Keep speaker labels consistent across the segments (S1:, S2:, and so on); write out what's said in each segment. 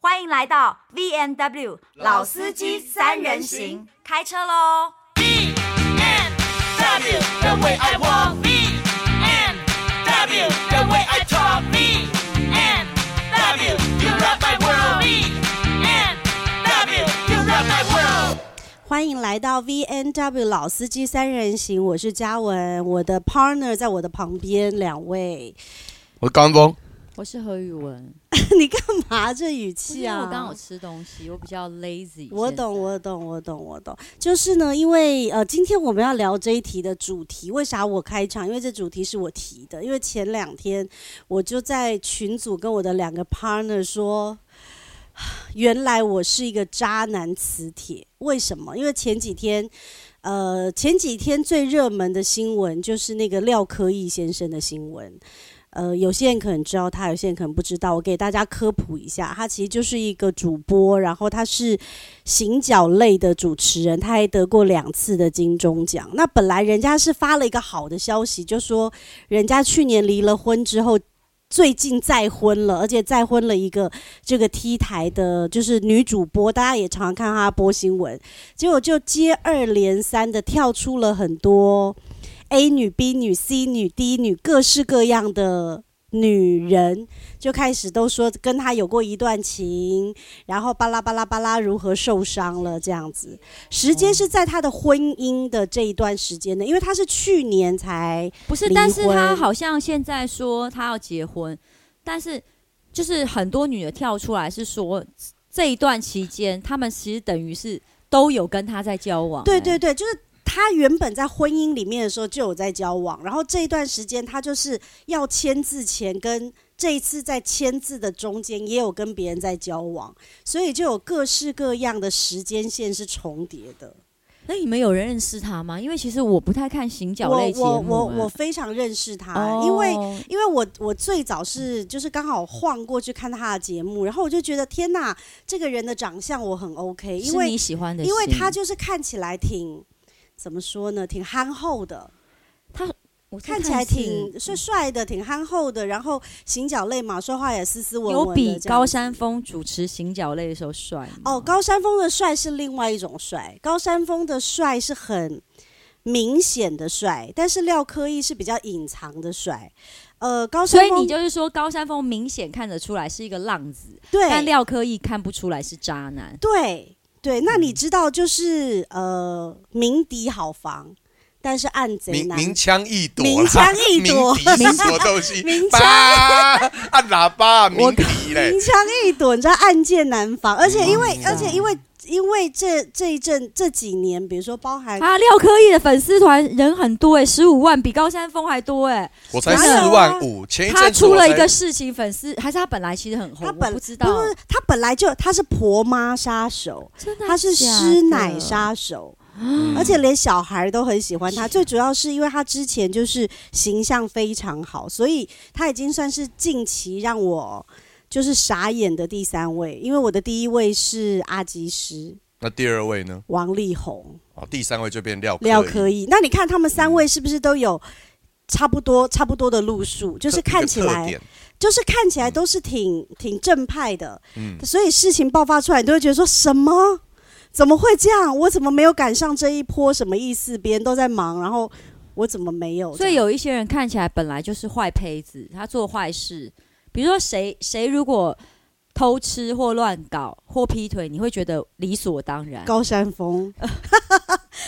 S1: 欢迎来到 V N W 老司机三人行，开车喽！
S2: W, the way I walk, B and W, the way I talk, B and W, you rock my world, B and W, you rock my world.
S3: 欢迎来到 V N W 老司机三人行，我是嘉文，我的 partner 在我的旁边，两位，
S4: 我是刚峰，
S5: 我是何宇文，
S3: 你干嘛这语
S5: 不是
S3: 气
S5: 因为
S3: 啊？
S5: 我刚好吃东西，我比较 lazy 现在。
S3: 我懂，我懂，我懂，我懂。就是呢，因为呃，今天我们要聊这一题的主题，为啥我开场？因为这主题是我提的。因为前两天我就在群组跟我的两个 partner 说，原来我是一个渣男磁铁。为什么？因为前几天。呃，前几天最热门的新闻就是那个廖科义先生的新闻，呃，有些人可能知道他，有些人可能不知道。我给大家科普一下，他其实就是一个主播，然后他是行脚类的主持人，他还得过两次的金钟奖。那本来人家是发了一个好的消息，就说人家去年离了婚之后。最近再婚了，而且再婚了一个这个 T 台的，就是女主播，大家也常常看她播新闻。结果就接二连三的跳出了很多 A 女、B 女、C 女、D 女，各式各样的女人，就开始都说跟他有过一段情，然后巴拉巴拉巴拉如何受伤了这样子。时间是在他的婚姻的这一段时间内，因为他是去年才
S5: 不是，
S3: 离
S5: 但是他
S3: 婚
S5: 好像现在说他要结婚，但是就是很多女的跳出来是说，这一段期间他们其实等于是都有跟他在交往、
S3: 对
S5: 哎
S3: 对对，就是他原本在婚姻里面的时候就有在交往，然后这一段时间他就是要签字前跟这一次在签字的中间也有跟别人在交往，所以就有各式各样的时间线是重叠的。
S5: 那你们有人认识他吗？因为其实我不太看行脚
S3: 我
S5: 类节目、
S3: 我我我
S5: 哎
S3: 非常认识他，
S5: 哦
S3: 因为因为我我最早是就是刚好晃过去看他的节目，然后我就觉得天呐，这个人的长相我很 OK，因
S5: 是
S3: 为
S5: 你喜欢的型，
S3: 因为他就是看起来挺怎么说呢，挺憨厚的，
S5: 我是嗯
S3: 看起来
S5: 是
S3: 挺帅帅的，挺憨厚的，然后行脚类嘛，说话也斯斯文文
S5: 有
S3: 的
S5: 比
S3: 这样
S5: 高
S3: 子
S5: 山峰主持行脚类的时候帅吗
S3: 哦，高山峰的帅是另外一种帅，高山峰的帅是很明显的帅，但是廖科义是比较隐藏的帅。呃，高山
S5: 所
S3: 峰
S5: 以你就是说，高山峰明显看得出来是一个浪子，但
S3: 对
S5: 廖科义看不出来是渣男。
S3: 对对，那你知道就是呃，明敌好防，但是暗贼
S4: 明
S3: 难
S4: 明枪易躲啦，
S3: 明枪易躲
S4: 鸣笛是什么东 西？
S3: 明
S4: 叭，按喇叭，鸣笛嘞
S3: 明。枪易躲，你知道暗箭难防，而且因为
S4: 嗯，
S3: 而且因为，因为这这一阵这几年，比如说包含
S5: 啊，廖科义的粉丝团人很多哎、十五万比高山峰还多哎、
S4: 我才
S3: 哪
S4: 四
S3: 有啊
S4: 万五，前一
S5: 他
S4: 阵子
S5: 出
S4: 我
S5: 了一
S4: 才
S5: 个事情，粉丝还是他本来其实很红，
S3: 他本
S5: 我不知道，
S3: 不是他本来就他是婆妈杀手，
S5: 真的
S3: 他是
S5: 假
S3: 师奶
S5: 的，
S3: 杀手，而且连小孩都很喜欢他。最主要是因为他之前就是形象非常好，所以他已经算是近期让我就是傻眼的第三位，因为我的第一位是阿基师
S4: 那第二位呢？
S3: 王力宏。
S4: 哦，第三位就变廖
S3: 廖
S4: 科
S3: 可以。嗯那你看他们三位是不是都有差不多差不多的路数？
S4: 就
S3: 就是看起来，就是看起来都是挺挺正派的，
S4: 嗯
S3: 所以事情爆发出来，你都会觉得说什么？怎么会这样？我怎么没有赶上这一波？什么意思？别人都在忙，然后我怎么没有？
S5: 所以有一些人看起来本来就是坏胚子，他做坏事，比如说谁谁如果偷吃或乱搞或劈腿，你会觉得理所当然。
S3: 高山峰，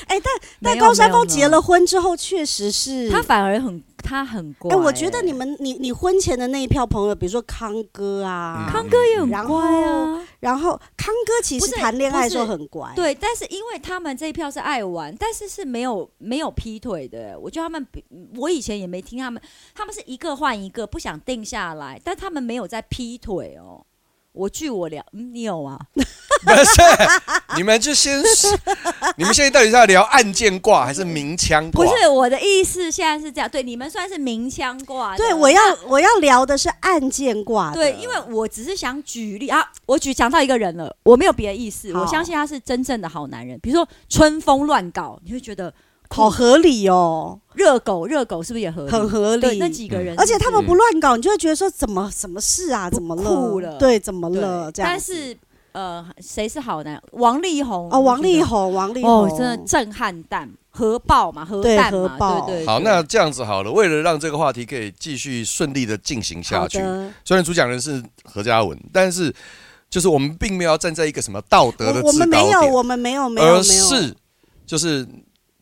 S5: 没
S3: 但
S5: 有
S3: 高山峰
S5: 呃没有
S3: 结了婚之后，确实是
S5: 他反而很他很乖、
S3: 哎、我觉得你们你你婚前的那一票朋友，比如说康哥啊，
S4: 嗯
S5: 康哥也很
S3: 然
S5: 乖啊，
S3: 然后康哥其
S5: 不
S3: 实
S5: 是
S3: 谈恋爱的时候
S5: 不是
S3: 很乖，
S5: 对，但是因为他们这一票是爱玩，但是是没有没有劈腿的。我觉得他们比，我以前也没听他们，他们是一个换一个，不想定下来，但他们没有在劈腿哦。我据我了，嗯你有啊？
S4: 不是， 你们就先，你们现在到底是要聊暗箭挂还是鸣枪
S5: 不
S4: 挂？
S5: 是我的意思，现在是这样，对你们算是明枪挂的。
S3: 对，我要我要聊的是案件挂的。
S5: 对，因为我只是想举例啊，我举讲到一个人了，我没有别的意思，
S3: 好
S5: 我相信他是真正的好男人。比如说春风乱搞，你会觉得
S3: 好合理哦，
S5: 热狗，热狗是不是也合理？
S3: 很合
S5: 对
S3: 理。嗯
S5: 那几个人，
S3: 而且他
S4: 嗯
S3: 们不乱搞，你就会觉得说怎么什么事啊，
S5: 不
S3: 怎么
S5: 酷
S3: 了？
S5: 了
S3: 对，怎么
S5: 对
S3: 了？这样
S5: 但
S3: 子
S5: 是呃，谁是好男？王力宏
S3: 哦，王力
S5: 宏。
S3: 宏，王力
S5: 哦
S3: 宏，，
S5: 真的震撼弹，核爆嘛，核
S3: 对
S5: 弹
S3: 核
S5: 嘛，
S3: 爆
S5: 对对对。
S4: 好，那这样子好了，为了让这个话题可以继续顺利的进行下
S3: 好
S4: 去，
S3: 的。
S4: 虽然主讲人是何嘉文，但是就是我们并没有站在一个什么道德的
S3: 我我
S4: 制
S3: 们没
S4: 高
S3: 有，
S4: 点，
S3: 我们没有，没有，
S4: 而
S3: 没有。
S4: 是就是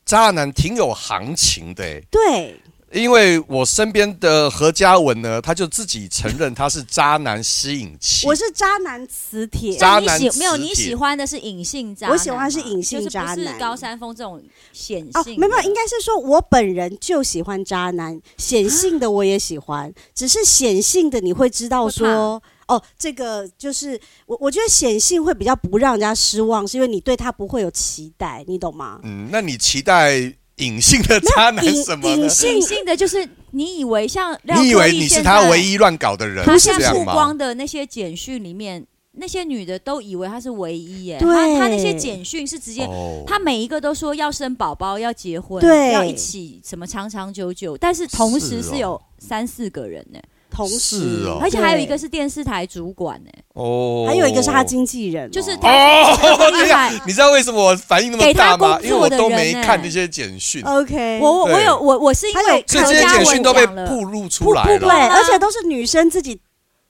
S4: 渣男挺有行情的、欸。
S3: 对，
S4: 因为我身边的何嘉文呢，他就自己承认他是渣男吸引器
S3: 我，是渣男磁铁，
S4: 渣
S5: 那你
S4: 男
S5: 喜没有
S4: 磁
S5: 你
S4: 铁
S5: 喜欢的是隐性渣男
S3: 我
S5: 嘛，
S3: 喜欢是隐性
S5: 就是
S3: 渣
S5: 不
S3: 男
S5: 是高山峰这种显性
S3: 哦，
S5: 的。
S3: 没有，没有，应该是说我本人就喜欢渣男，显性的我也喜欢，只是显性的你会知道说。哦，这个就是我，我觉得显性会比较不让人家失望，是因为你对他不会有期待，你懂吗？
S4: 嗯，那你期待隐性的渣男
S3: 隐
S4: 什么呢
S3: 隐？性
S5: 隐性的，就是你以为像廖
S4: 你以
S5: 科
S4: 为
S5: 利
S4: 你是
S5: 现
S4: 他
S5: 在
S4: 唯一乱搞的人，
S5: 他
S4: 是
S5: 现
S4: 这
S5: 在曝
S4: 样吗
S5: 光？的那些简讯里面，那些女的都以为他是唯一耶。
S3: 对
S5: 他他那些简讯是直接
S4: 哦
S5: 他每一个都说要生宝宝、要结婚、
S3: 对
S5: 要一起什么长长久久，但是同时
S4: 是哦
S5: 是有三四个人呢、
S3: 同时，
S4: 是哦
S5: 而且还有一个
S3: 对，
S5: 是电视台主管呢、
S4: 哦
S3: 还有一个是他经纪人哦、
S5: 就是
S4: 哦， 等一
S5: 厉害
S4: 下，你知道为什么我反应那么大吗？
S5: 给
S4: 因
S5: 他
S4: 为
S5: 工作
S4: 我
S5: 的
S4: 都没
S5: 人欸
S4: 看那些简讯，
S3: OK，
S5: 我我
S4: 对
S5: 我有我我是因为
S4: 所以
S5: 何
S4: 这些
S5: 嘉
S4: 简
S5: 文
S4: 讯都被
S5: 讲了，
S4: 曝露出来
S5: 曝
S3: 对，
S5: 曝光
S4: 了，
S5: 啊
S3: 而且都是女生自己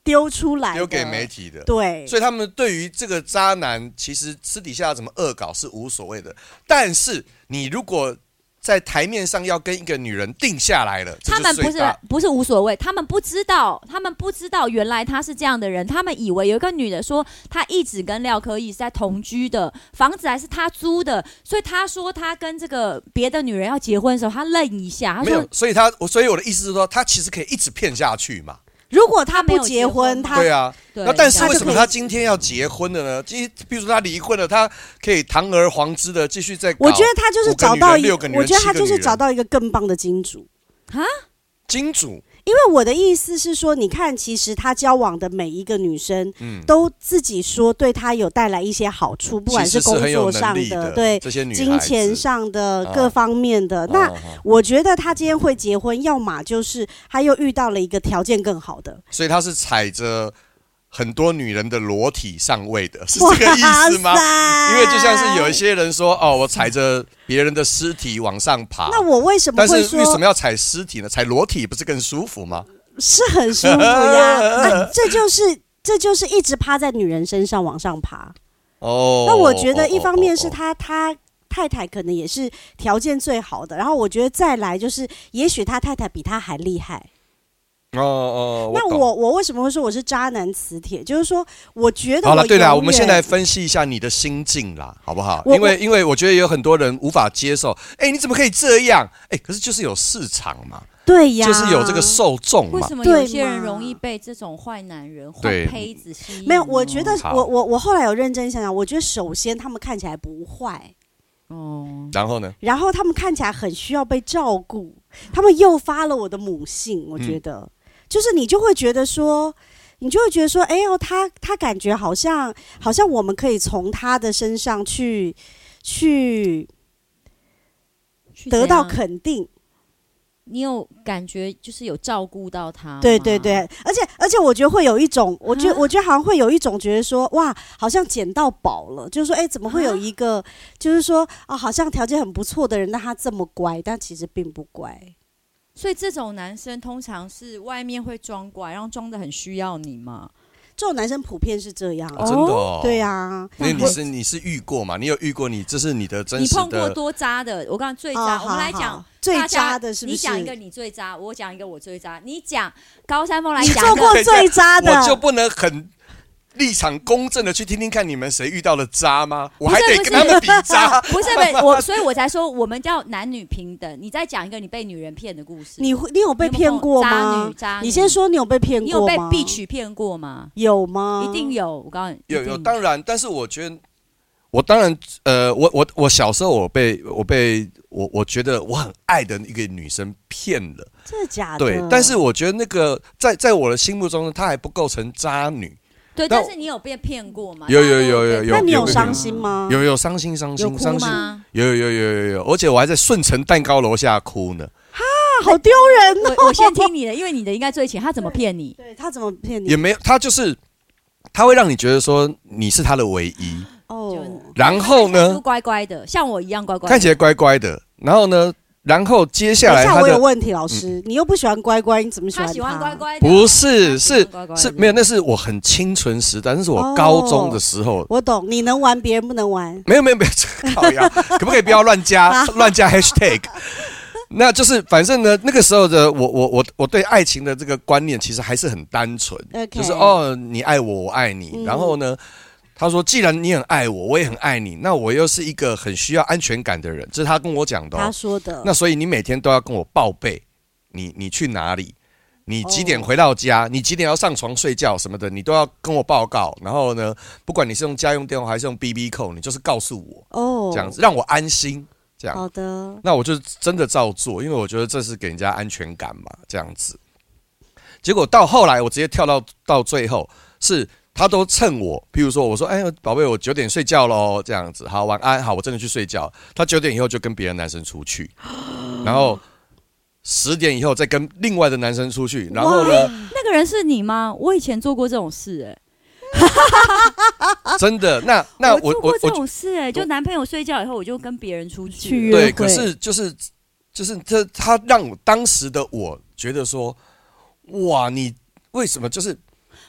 S3: 丢出来的，
S4: 丢给媒体的。
S3: 对，
S4: 所以他们对于这个渣男，其实私底下怎么恶搞是无所谓的。但是你如果在台面上要跟一个女人定下来了，这
S5: 他们
S4: 就
S5: 不
S4: 最
S5: 是
S4: 大。
S5: 不是无所谓，他们不知道，他们不知道原来他是这样的人，他们以为有一个女的说她一直跟廖科义是在同居的，房子还是他租的，所以他说他跟这个别的女人要结婚的时候，他愣一下，他
S4: 没有
S5: 说，
S4: 所以他，我所以我的意思是说，他其实可以一直骗下去嘛。
S3: 如果他
S5: 他没
S3: 不
S5: 有
S3: 结
S5: 结婚
S3: 他
S4: 对啊，
S5: 对
S4: 那但是
S3: 他就
S4: 为什么
S3: 可以
S4: 他今天要结婚了呢？其实，比如说他离婚了，他可以堂而皇之的继续再搞。
S3: 我觉得他就是
S4: 五个
S3: 找
S4: 女
S3: 到
S4: 人
S3: 一，
S4: 六个女人
S3: 我觉得
S4: 七
S3: 他
S4: 个
S3: 就是
S4: 女人
S3: 找到一个更棒的金主。
S5: 啊，
S4: 金主
S3: 因为我的意思是说，你看，其实他交往的每一个女生，
S4: 嗯
S3: 都自己说对他有带来一些好处，不管
S4: 其实
S3: 工
S4: 很有
S3: 作
S4: 能
S3: 上
S4: 力
S3: 对
S4: 这些女
S3: 金
S4: 孩子
S3: 钱上的
S4: 啊
S3: 各方面的。那
S4: 哦哦
S3: 我觉得他今天会结婚，要么就是他又遇到了一个条件更好的。
S4: 所以他是踩着很多女人的裸体上位 的，是这个意思
S3: 哇？
S4: 吗
S3: 塞
S4: 因为就像是有一些人说，哦，我踩着别人的尸体往上爬，
S3: 那我为什么
S4: 但是
S3: 会说
S4: 为什么要踩尸体呢？踩裸体不是更舒服吗？
S3: 是很舒服呀？
S4: 嗯
S3: 那这就是这就是一直趴在女人身上往上爬。
S4: 哦，
S3: 那我觉得一方面是
S4: 哦，
S3: 他他太太可能也是条件最好的，然后我觉得再来就是，也许他太太比他还厉害。
S4: 哦哦，
S3: 那
S4: 懂
S3: 我我为什么会说我是渣男磁铁？就是说，我觉得
S4: 好了，
S3: 我
S4: 对
S3: 永
S4: 啦，
S3: 远
S4: 我们现在分析一下你的心境啦，好不好？
S3: 我
S4: 因为因为我觉得有很多人无法接受，哎，你怎么可以这样？哎，可是就是有市场嘛，
S3: 对呀，
S4: 就是有这个受众
S5: 为
S4: 嘛
S5: 什，么
S3: 对
S5: 有些人
S3: 嘛
S5: 容易被这种坏男人、坏
S4: 对
S5: 胚子吸引呢？
S3: 没有，我觉得
S4: 嗯好
S3: 我我我后来有认真想想，我觉得首先他们看起来不坏，
S5: 哦，
S4: 然后呢？
S3: 然后他们看起来很需要被照顾，他们诱发了我的母性，我觉得，
S4: 嗯
S3: 就是你就会觉得说，你就会觉得说，哎呦，他他感觉好像好像我们可以从他的身上去去
S5: 去
S3: 得
S5: 怎
S3: 到
S5: 样
S3: 肯定，
S5: 你有感觉就是有照顾到他，
S3: 对对对，，而且而且我觉得会有一种，我觉得
S5: 嗯啊
S3: 我觉得好像会有一种觉得说，哇，好像捡到宝了，就是说，哎，怎么会有
S5: 啊
S3: 一个，就是说啊，好像条件很不错的人，但他这么乖，但其实并不乖。
S5: 所以这种男生通常是外面会装乖，然后装的很需要你嘛。
S3: 这种男生普遍是这样，
S4: 哦真的哦
S3: 对啊，
S4: 因为你是你是遇过嘛？你有遇过你这是你的真
S5: 你
S4: 实
S5: 碰过
S4: 的，
S5: 多渣的？我刚最
S3: 啊
S5: 渣，我
S3: 好
S5: 们来
S3: 好
S5: 讲
S3: 最
S5: 大家
S3: 渣的是不是？
S5: 你讲一个你最渣，我讲一个我最渣，你讲高山峰来
S3: 你
S5: 讲
S3: 做
S5: 一
S3: 过
S5: 个，
S3: 最渣的，
S4: 我就不能很立场公正的去听听看你们谁遇到了渣吗？我还得
S5: 不是。
S4: 跟他们比渣
S5: 不是不是我，所以我才说我们叫男女平等。你再讲一个你被女人骗的故事，
S3: 你会你有被骗过
S5: 渣
S3: 吗
S5: 女？渣女，
S3: 你先，说你有被骗
S5: 你有
S3: 过
S5: 被
S3: 吗？嗯
S5: 必取骗过吗？
S3: 有吗？
S5: 一定有，我告诉你，
S4: 有
S5: 一定
S4: 有，当然，但是我觉得，我当然，呃，我我我小时候我被我被我我觉得我很爱的一个女生骗了，
S5: 啊
S3: 真的假的？
S4: 对，但是我觉得那个在在我的心目中，她还不构成渣女，
S5: 对，
S4: 那
S5: 但
S4: 我
S5: 是你有被骗过吗？
S4: 有有有有有
S3: 那你有
S4: 有
S3: 伤心吗？
S4: 有有伤心伤
S5: 嗯有
S4: 心
S5: 哭
S4: 伤心，
S5: 吗？
S4: 有有有有有有，而且我还在顺城蛋糕楼下哭呢，
S3: 啊，好丢人哦！
S5: 我我先听你的，因为你的应该最浅，他怎么骗你？
S3: 对他怎么
S5: 嗯
S3: 骗
S4: 也
S3: 你？
S4: 没有，他就是他会让你觉得说你是他的唯一，
S3: 哦，
S4: 然后
S5: 他就
S4: 呢
S5: 乖乖的，像我一样乖乖的。
S4: 看起来乖乖的，然后呢，然后接下
S3: 等
S4: 来
S3: 一下
S4: 他
S3: 我有
S4: 的嗯
S3: 问题，老师，你又不喜欢乖乖，你怎么喜
S5: 他
S3: 欢？
S5: 喜欢乖。乖的，
S4: 不是
S5: 他喜
S4: 是
S5: 欢乖乖的
S4: 是没有，那是我很清纯时代，那是
S3: 哦
S4: 我高中的时候。
S3: 我懂，你能玩，别人不能玩。
S4: 没有没有没有，这个 靠呀，可不可以不要乱加乱加 hashtag？那就是反正呢，那个时候的我我我我对爱情的这个观念其实还是很单纯
S3: OK，
S4: 就是，哦，你爱我，我爱你。
S3: 嗯
S4: 然后呢，他说既然你很爱我，我也很爱你，那我又是一个很需要安全感的人，这是他跟我讲的、
S3: 他
S4: 哦。
S3: 说的。
S4: 那所以你每天都要跟我报备，你你去哪里，你几点
S3: 哦
S4: 回到家，你几点要上床睡觉什么的，你都要跟我报告。然后呢，不管你是用家用电话还是用 BB 扣，你就是告诉我。
S3: 哦，
S4: 这样子，让我安心。这样，
S3: 好的，
S4: 那我就真的照做，因为我觉得这是给人家安全感嘛，这样子。结果到后来，我直接跳到到最后，是他都趁我，譬如说我说：“哎，宝贝，我九点睡觉喽。”这样子，好，晚安，好，我真的去睡觉。他九点以后就跟别的男生出去， 然后十点以后再跟另外的男生出去，然后呢，
S5: 那个人是你吗？我以前做过这种事，哎，
S4: 真的，那那我
S5: 啊做
S4: 我
S5: 过这
S4: 我
S5: 种事，哎，就男朋友睡觉以后，我就跟别人出去
S3: 去约
S4: 对，
S3: 会
S4: 可是就是就是这他让我当时的我觉得说，哇，你为什么就是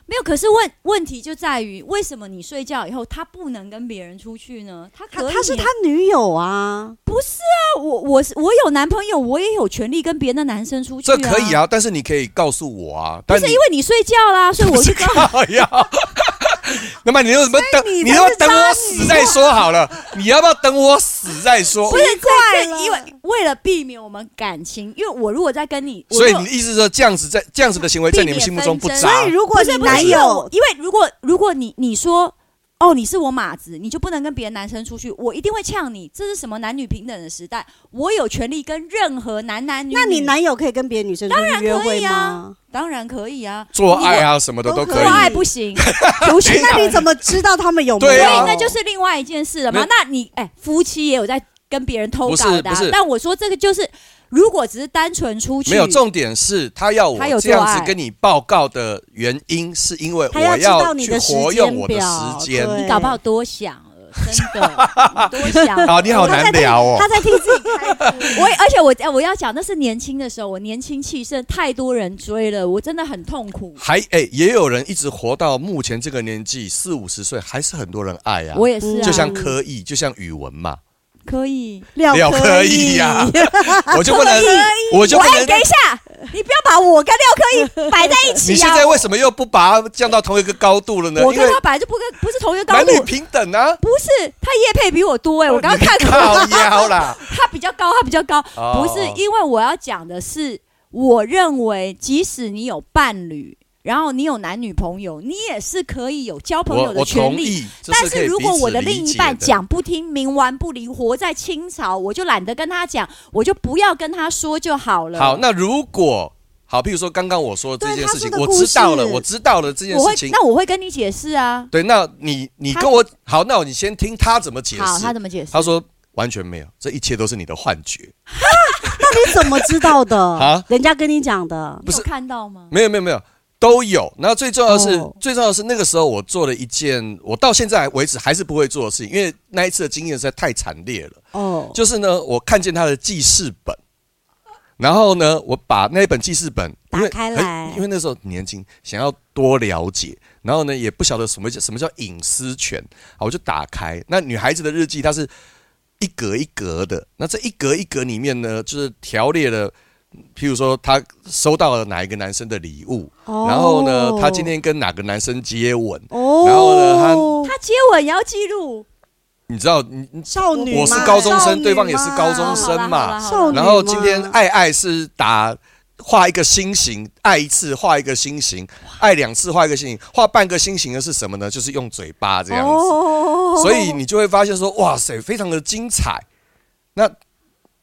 S5: 没有，可是问问题就在于，为什么你睡觉以后他不能跟别人出去呢？他
S3: 他
S5: 可以，
S3: 他是他女友啊，
S5: 不是啊？我我是我有男朋友，我也有权利跟别的男生出去、
S4: 这可以，啊？但是你可以告诉我啊，
S5: 不
S4: 但
S5: 是
S4: 你
S5: 因为你睡觉啦，所以我就告
S4: 靠 呀。那么你有什么等？
S3: 以你
S4: 你
S3: 才
S4: 要不
S3: 是
S4: 要等
S3: 渣
S4: 我
S3: 女
S4: 死再说好 了。你要不要等我死再说
S5: 不？是在这，
S3: 了
S5: 因为为了避免我们感情，因为我如果在跟你，我
S4: 所以
S5: 如
S4: 你
S5: 果
S4: 的意思是说，这样子在这样子的行为，在你们心目中不
S5: 避免
S4: 渣
S5: 纷争
S3: 所以如果
S5: 不
S3: 你
S5: 是不是
S3: 男
S5: 因为我
S3: 友，
S5: 哦因为如果如果你你说哦你是我马子，你就不能跟别的男生出去，我一定会呛你。这是什么男女平等的时代？我有权利跟任何男男女女，
S3: 那你男友可以跟别的女生出去约
S5: 可
S3: 会
S5: 以啊
S3: 吗？
S5: 当然可以啊，
S4: 做爱啊什么的
S3: 都
S4: 都
S3: 可
S4: 可
S5: 做
S4: 以。
S5: 爱不行，不行，
S3: 那你怎么知道他们有没有？
S4: 对啊
S5: 所以那就是另外一件事了嘛
S4: 没。
S5: 那你哎、夫妻也有在跟别人偷搞
S4: 不
S5: 的、
S4: 是
S5: 啊
S4: 不是，
S5: 但我说这个就是，如果只是单纯出去，
S4: 没有，重点是他要我
S5: 他有
S4: 这样
S5: 做
S4: 子
S5: 爱
S4: 跟你报告的原因，是因为
S3: 他
S4: 我
S3: 要知道你
S4: 去
S3: 的时
S4: 活
S3: 间
S4: 用我的
S3: 表
S4: 时间。
S3: 对
S5: 你搞不好多想了，真的你多想了。
S4: 啊，你好难聊哦
S3: 他。在替自 己开脱，
S5: 我而且我哎我要讲，那是年轻的时候，我年轻气盛，太多人追了，我真的很痛苦。
S4: 还哎、也有人一直活到目前这个年纪，四五十岁，还是很多人爱啊。
S5: 我也是啊，
S4: 就像科艺，就像语文嘛，
S5: 可以，
S3: 廖
S4: 可以 呀、
S5: 啊
S4: 我就不能，我就
S5: 我
S4: 不
S5: 哎，
S4: 能。
S5: 等一下，你不要把我跟廖可以摆在一起
S4: 你
S5: 啊！
S4: 现在为什么又不把它降到同一个高度了呢？
S5: 我
S4: 因
S5: 跟
S4: 为
S5: 他本来就不跟不是同一个高
S4: 男
S5: 度
S4: 女，平等啊。
S5: 不是他叶配比我多哎、我刚刚看
S4: 靠
S5: 过，
S4: 腰啦，
S5: 他比较高，他比较高，
S4: 哦
S5: 不是因为我要讲的是，我认为即使你有伴侣，然后你有男女朋友，你也是可以有交 朋友
S4: 我
S5: 的
S4: 我
S5: 权
S4: 同
S5: 利。
S4: 意。这
S5: 但
S4: 可以
S5: 如
S4: 彼
S5: 果
S4: 此
S5: 我的
S4: 理
S5: 另一
S4: 解
S5: 半
S4: 的，
S5: 讲不听、冥顽不灵、活在清朝，我就懒得跟他讲，我就不要跟他说就好了。
S4: 好，那如果好，譬如说刚刚我说的这
S3: 对
S4: 件
S3: 他
S4: 事情，
S3: 说的
S4: 我
S3: 故
S4: 知道了，
S3: 事
S4: 我知道了这件
S5: 我会
S4: 事情。
S5: 那我会跟你解释啊。
S4: 对，那你你
S5: 他
S4: 跟我好，那你先听他怎么解
S5: 好，
S4: 释
S5: 他。怎么解释？
S4: 他说完全没有，这一切都是你的幻觉。
S3: 那你怎么知道 的
S4: 啊？
S3: 人家跟你讲的。
S5: 你
S4: 不
S5: 有
S4: 是
S5: 看到吗？
S4: 没有没有没有，都有。那最重要的是，
S3: 哦
S4: 最重要的是那个时候我做了一件我到现在为止还是不会做的事情，因为那一次的经验实在太惨烈了。
S3: 哦，
S4: 就是呢，我看见他的记事本，然后呢，我把那一本记事本因为
S3: 打开来
S4: 很因为那时候年轻，想要多了解，然后呢也不晓得什么叫什么叫隐私权，好，我就打开那女孩子的日记，它是一格一格的，那这一格一格里面呢，就是条列了。譬如说，她收到了哪一个男生的礼物，
S3: 哦
S4: 然后呢，她今，天跟哪个男生接吻，
S3: 哦，
S4: 然后呢
S5: 他接吻也要记录。
S4: 你知道，你你
S3: 少女嘛，
S4: 我是高中
S3: 少女
S4: 生
S3: 嘛
S4: 对方也是高中生嘛
S5: 好啦好啦好啦
S3: 少女
S4: 然后今天
S3: 嘛
S4: 爱爱是打画一个心形，爱一次画一个心形，爱两次画一个心形，画半个心形的是什么呢？就是用嘴巴这样子。
S3: 哦
S4: 所以你就会发现说，哇塞，非常的精彩。那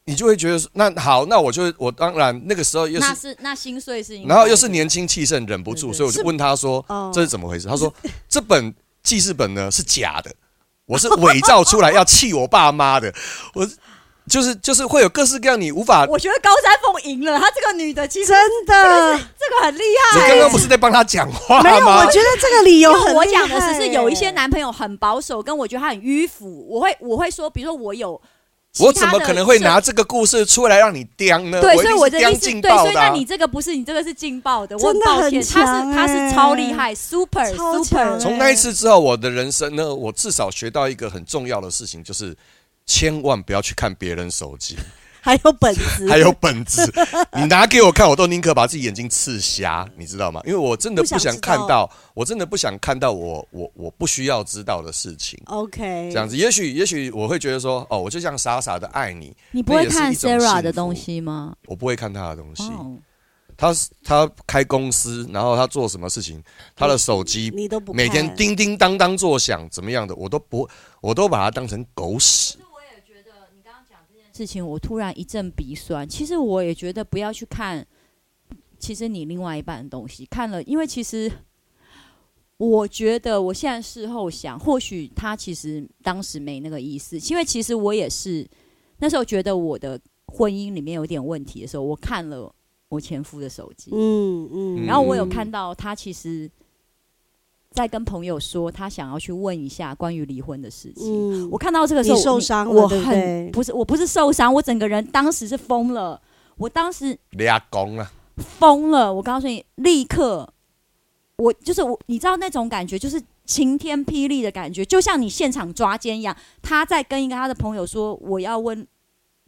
S4: 你就会觉得说那好，那我就我当然那个时候又
S5: 那
S4: 是，
S5: 是那心碎是因为，
S4: 然后又是年轻气盛，忍不住，
S5: 对对
S4: 所以我就问他说
S3: 哦
S4: 这是怎么回事？他说这本记事本呢是假的，我是伪造出来要气我爸妈的，我就是就是会有各式各样你无法。
S5: 我觉得高山凤赢了，她这个女的其实
S3: 真
S4: 呃
S3: 的
S5: 这个很厉害。
S4: 你刚刚不是在帮他讲话
S3: 没有，
S4: 吗
S3: 我？觉得这个理由
S5: 因为
S3: 很
S5: 我
S3: 厉
S5: 讲的只
S3: 害欸
S5: 是有一些
S3: 耶
S5: 男朋友很保守，跟我觉得他很迂腐，我会我会说，比如说我有其他的，
S4: 我怎么可能会拿这个故事出来让你刁呢？
S5: 对，
S4: 我一
S5: 所以
S4: 定
S5: 我
S4: 是
S5: 的
S4: 刁
S5: 意思
S4: 劲
S5: 对，
S4: 爆
S5: 所以
S4: 的
S5: 那
S4: 啊。
S5: 你这个不是你这个是劲爆的，我
S3: 真的
S5: 抱
S3: 很
S5: 歉，他
S3: 强
S5: 是他
S3: 欸
S5: 是超厉害，super
S3: 超
S5: super，
S3: 强
S4: 哎从那一次之后，我的人生呢，我至少学到一个很重要的事情，就是千万不要去看别人手机，
S3: 还有本子，
S4: 还有本子。你拿给我看，我都宁可把自己眼睛刺瞎，你知道吗？因为我真的不想看
S3: 不想知
S4: 到，我真的不想看到我我我不需要知道的事情。
S3: OK，
S4: 这样子，也许也许我会觉得说，哦，我就这样傻傻的爱你，
S5: 你
S4: 不会看 Sarah 的东
S5: 西吗？
S4: 我不会看他的东
S5: 哦
S4: 西。他他开公司，然后他做什么事情，他的手机
S3: 你都不
S4: 每天
S3: 看
S4: 叮叮当当作响，怎么样的，我都不，我都把它当成狗屎。
S5: 事情，我突然一阵鼻酸。其实我也觉得不要去看，其实你另外一半的东西看了，因为其实我觉得我现在事后想，或许他其实当时没那个意思，因为其实我也是那时候觉得我的婚姻里面有点问题的时候，我看了我前夫的手机，
S3: 嗯嗯，
S5: 然后我有看到他其实。在跟朋友说，他想要去问一下关于离婚的事情。
S3: 嗯，
S5: 我看到这个时候，
S3: 你受
S5: 我
S3: 伤了
S5: 我
S3: 对
S5: 很
S3: 不对
S5: 是，我不是受伤，我整个人当时是疯了，我当时
S4: 俩公啊，
S5: 疯了，我告诉你，立刻，我就是我，你知道那种感觉，就是晴天霹雳的感觉，就像你现场抓奸一样。他在跟一个他的朋友说，我要问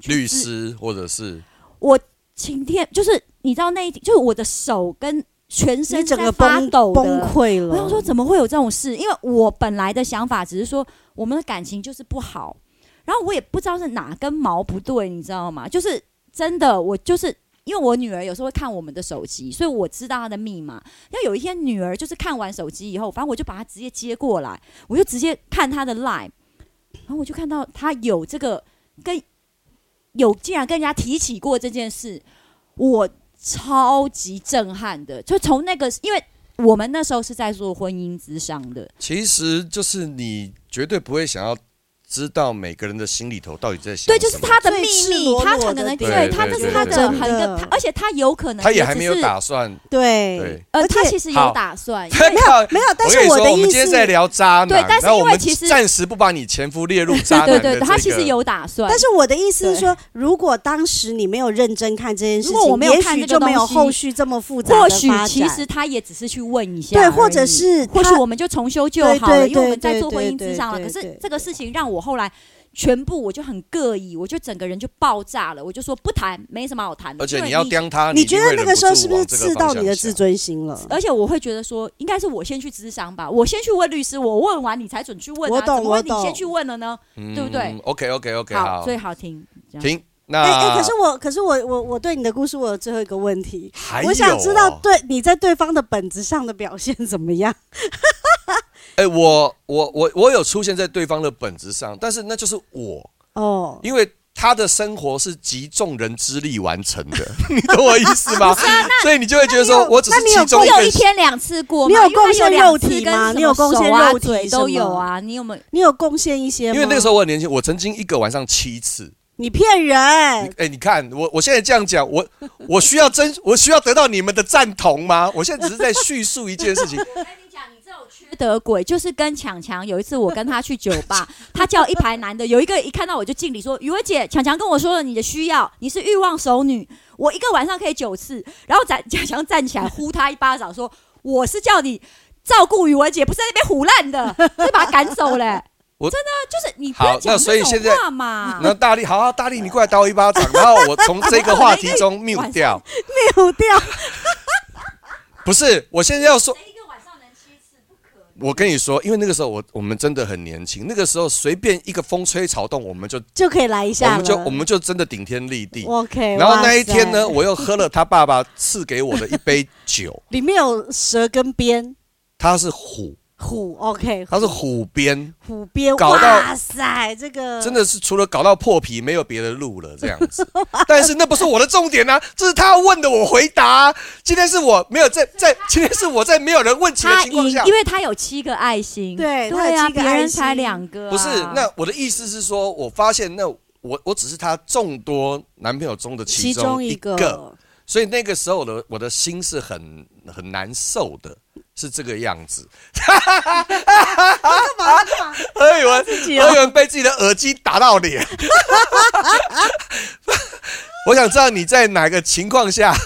S4: 律师或者是
S5: 我晴天，就是你知道那一，就是我的手跟全
S3: 你
S5: 身
S3: 整
S5: 在
S3: 个
S5: 发
S3: 崩
S5: 抖
S3: 崩
S5: 的。
S3: 溃了。
S5: 我想说，怎么会有这种事？因为我本来的想法只是说，我们的感情就是不好，然后我也不知道是哪根毛不对，你知道吗？就是真的，我就是因为我女儿有时候会看我们的手机，所以我知道她的密码。那有一天，女儿就是看完手机以后，反正我就把她直接接过来，我就直接看她的 line，然后我就看到她有这个跟有竟然跟人家提起过这件事，我超级震撼的。就从那个，因为我们那时候是在做婚姻之商的，
S4: 其实就是你绝对不会想要知道每个人的心里头到底在想
S5: 对，就是
S4: 什么
S5: 他的
S3: 最
S5: 秘
S3: 赤
S5: 密，
S3: 裸
S5: 他
S3: 裸
S5: 可
S3: 的
S5: 能
S3: 地
S4: 方
S5: 对他
S4: 对
S5: 这
S4: 对
S5: 是他
S4: 对
S5: 的
S3: 对
S5: 很
S3: 对
S5: 个，他而且他有可能
S4: 他也
S5: 只
S4: 还没有
S5: 是
S4: 打算，
S3: 对
S4: 对，
S5: 呃，
S3: 而
S5: 他
S3: 且
S5: 其实
S4: 好
S5: 有 打算，因
S4: 没
S5: 为
S3: 没有没有，但
S4: 我
S3: 是
S4: 跟你
S3: 我
S4: 说，
S3: 的
S4: 我们
S3: 意
S4: 今天在
S3: 思，
S4: 聊渣男，
S5: 对但是
S4: 然后我们
S5: 因为其实
S4: 暂时不把你前夫列入渣男
S5: 对
S4: 的
S5: 对
S4: 这
S5: 对，
S4: 个。
S5: 他其实有打算，
S3: 但是我的意思是
S5: 对
S3: 说，如果当时你没有认真看这件事
S5: 如果我
S3: 情，
S5: 没有
S3: 也
S5: 看
S3: 许
S5: 这个
S3: 就没有
S5: 东西
S3: 后续这么复杂
S5: 或
S3: 的
S5: 许
S3: 发展。
S5: 其实他也只是去问一下而已，
S3: 对，或者是
S5: 或许
S3: 他
S5: 我们就重修旧
S3: 对
S5: 好了，
S3: 对
S5: 因为我
S3: 对
S5: 们在
S3: 对
S5: 做婚
S3: 对
S5: 姻
S3: 对
S5: 之上了。
S3: 对
S5: 可
S3: 对
S5: 是这个事情让我后来全部我就很膈应，我就整个人就爆炸了，我就说不谈，没什么好谈的。
S4: 而且
S5: 因为
S4: 你要刁他，
S3: 你
S4: 一定
S3: 觉得
S4: 会
S3: 那
S4: 忍
S3: 个
S4: 不
S3: 时候
S4: 住
S3: 是不是
S4: 往这个
S3: 刺
S4: 方
S3: 到
S4: 向
S3: 你的
S4: 想
S3: 自尊心 了？
S5: 而且我会觉得说，应该是我先去咨商吧，我先去问律师，我问完你才准去问、啊。
S3: 我懂
S5: 怎么会
S3: 我
S5: 你
S3: 懂
S5: 先去问了呢？对不对
S4: ？OK OK OK，
S5: 好，所以好听。这样
S4: 嗯停。
S3: 哎哎、
S4: 那
S3: 可是我，可是我，我我对你的故事，我有最后一个问题，
S4: 还
S3: 我想
S4: 有
S3: 知道
S4: 哦
S3: 对你在对方的本子上的表现 怎么样？
S4: 哎、我我我我有出现在对方的本子上，但是那就是我，
S3: 哦，
S4: 因为他的生活是集众人之力完成的， 你懂我意思吗？所以你就会觉得说我只是
S3: 啊那你有
S4: 其中
S5: 你
S4: 一
S5: 有
S4: 个
S5: 一天两次过
S3: 你
S5: 吗？
S3: 有
S5: 因为
S3: 贡献
S5: 有两
S3: 肉
S5: 次
S3: 体
S5: 跟
S3: 吗
S5: 什
S3: 你有
S5: 么
S3: 贡
S5: 手
S3: 献
S5: 啊
S3: 肉体
S5: 嘴
S3: 什
S5: 都有
S3: 么
S5: 啊，你有没有？
S3: 你有贡献一些吗？
S4: 因为那个时候我很年轻，我曾经一个晚上七次。
S3: 你骗
S4: 你
S3: 人，
S4: 哎、你看我，我现在这样讲，我我需要真，我需要得到你们的赞同吗？我现在只是在叙述一件 事情，
S5: 缺德鬼，就是跟强强有一次我跟他去酒 吧，他叫一排男的，有一个一看到我就敬礼说：“雨薇姐，强强跟我说了你的需要，你是欲望熟女，我一个晚上可以九次。”然后展 强强站起来呼他一巴掌说：“我是叫你。”照顾雨薇姐不是在那边胡乱的，就把他赶走嘞、
S4: 我
S5: 真的就是你不
S4: 好
S5: 要讲
S4: 那所以
S5: 这种
S4: 现在
S5: 话嘛。
S4: 然后大力，好、啊，大力，你过来打我一巴掌，然后我从这个话题中 mute
S5: 晚
S4: 掉。
S3: 丢掉。
S4: 不是，我现在要说。我跟你说，因为那个时候我我们真的很年轻，那个时候随便一个风吹草动，我们就
S3: 就可以来一
S4: 我
S3: 下了。
S4: 们就我们就真的顶天立地。
S3: OK。
S4: 然后那一天呢，
S3: 哇塞，
S4: 我又喝了他爸爸赐给我的一杯酒，
S3: 里面有蛇跟鞭，
S4: 他是虎，
S3: 虎，OK，
S4: 他是虎鞭，
S3: 虎鞭，
S4: 搞 到
S3: 哇塞，这个
S4: 真的是除了搞到破皮，没有别的路了这样子。 但是那不是我的重点啊，这是他问的，我回答啊、今天是我没有在在，今天是我在没有人问起的
S5: 他
S4: 情况
S5: 赢，
S4: 下
S5: 因，为他有七个爱心，
S3: 对他
S5: 对
S3: 有
S5: 啊，
S3: 七个
S5: 别
S3: 爱
S5: 人
S3: 心
S5: 才两个啊、
S4: 不是。那我的意思是说，我发现那我我只是他众多男朋友中的
S3: 其
S4: 中
S3: 中一
S4: 个，
S3: 个，
S4: 所以那个时候我的我的心是很很难受的，是这个样子。
S5: 哦
S4: 何宇文，
S3: 己哦
S4: 何宇文被自己的耳机打到脸。 我想知道你在哪个情况下？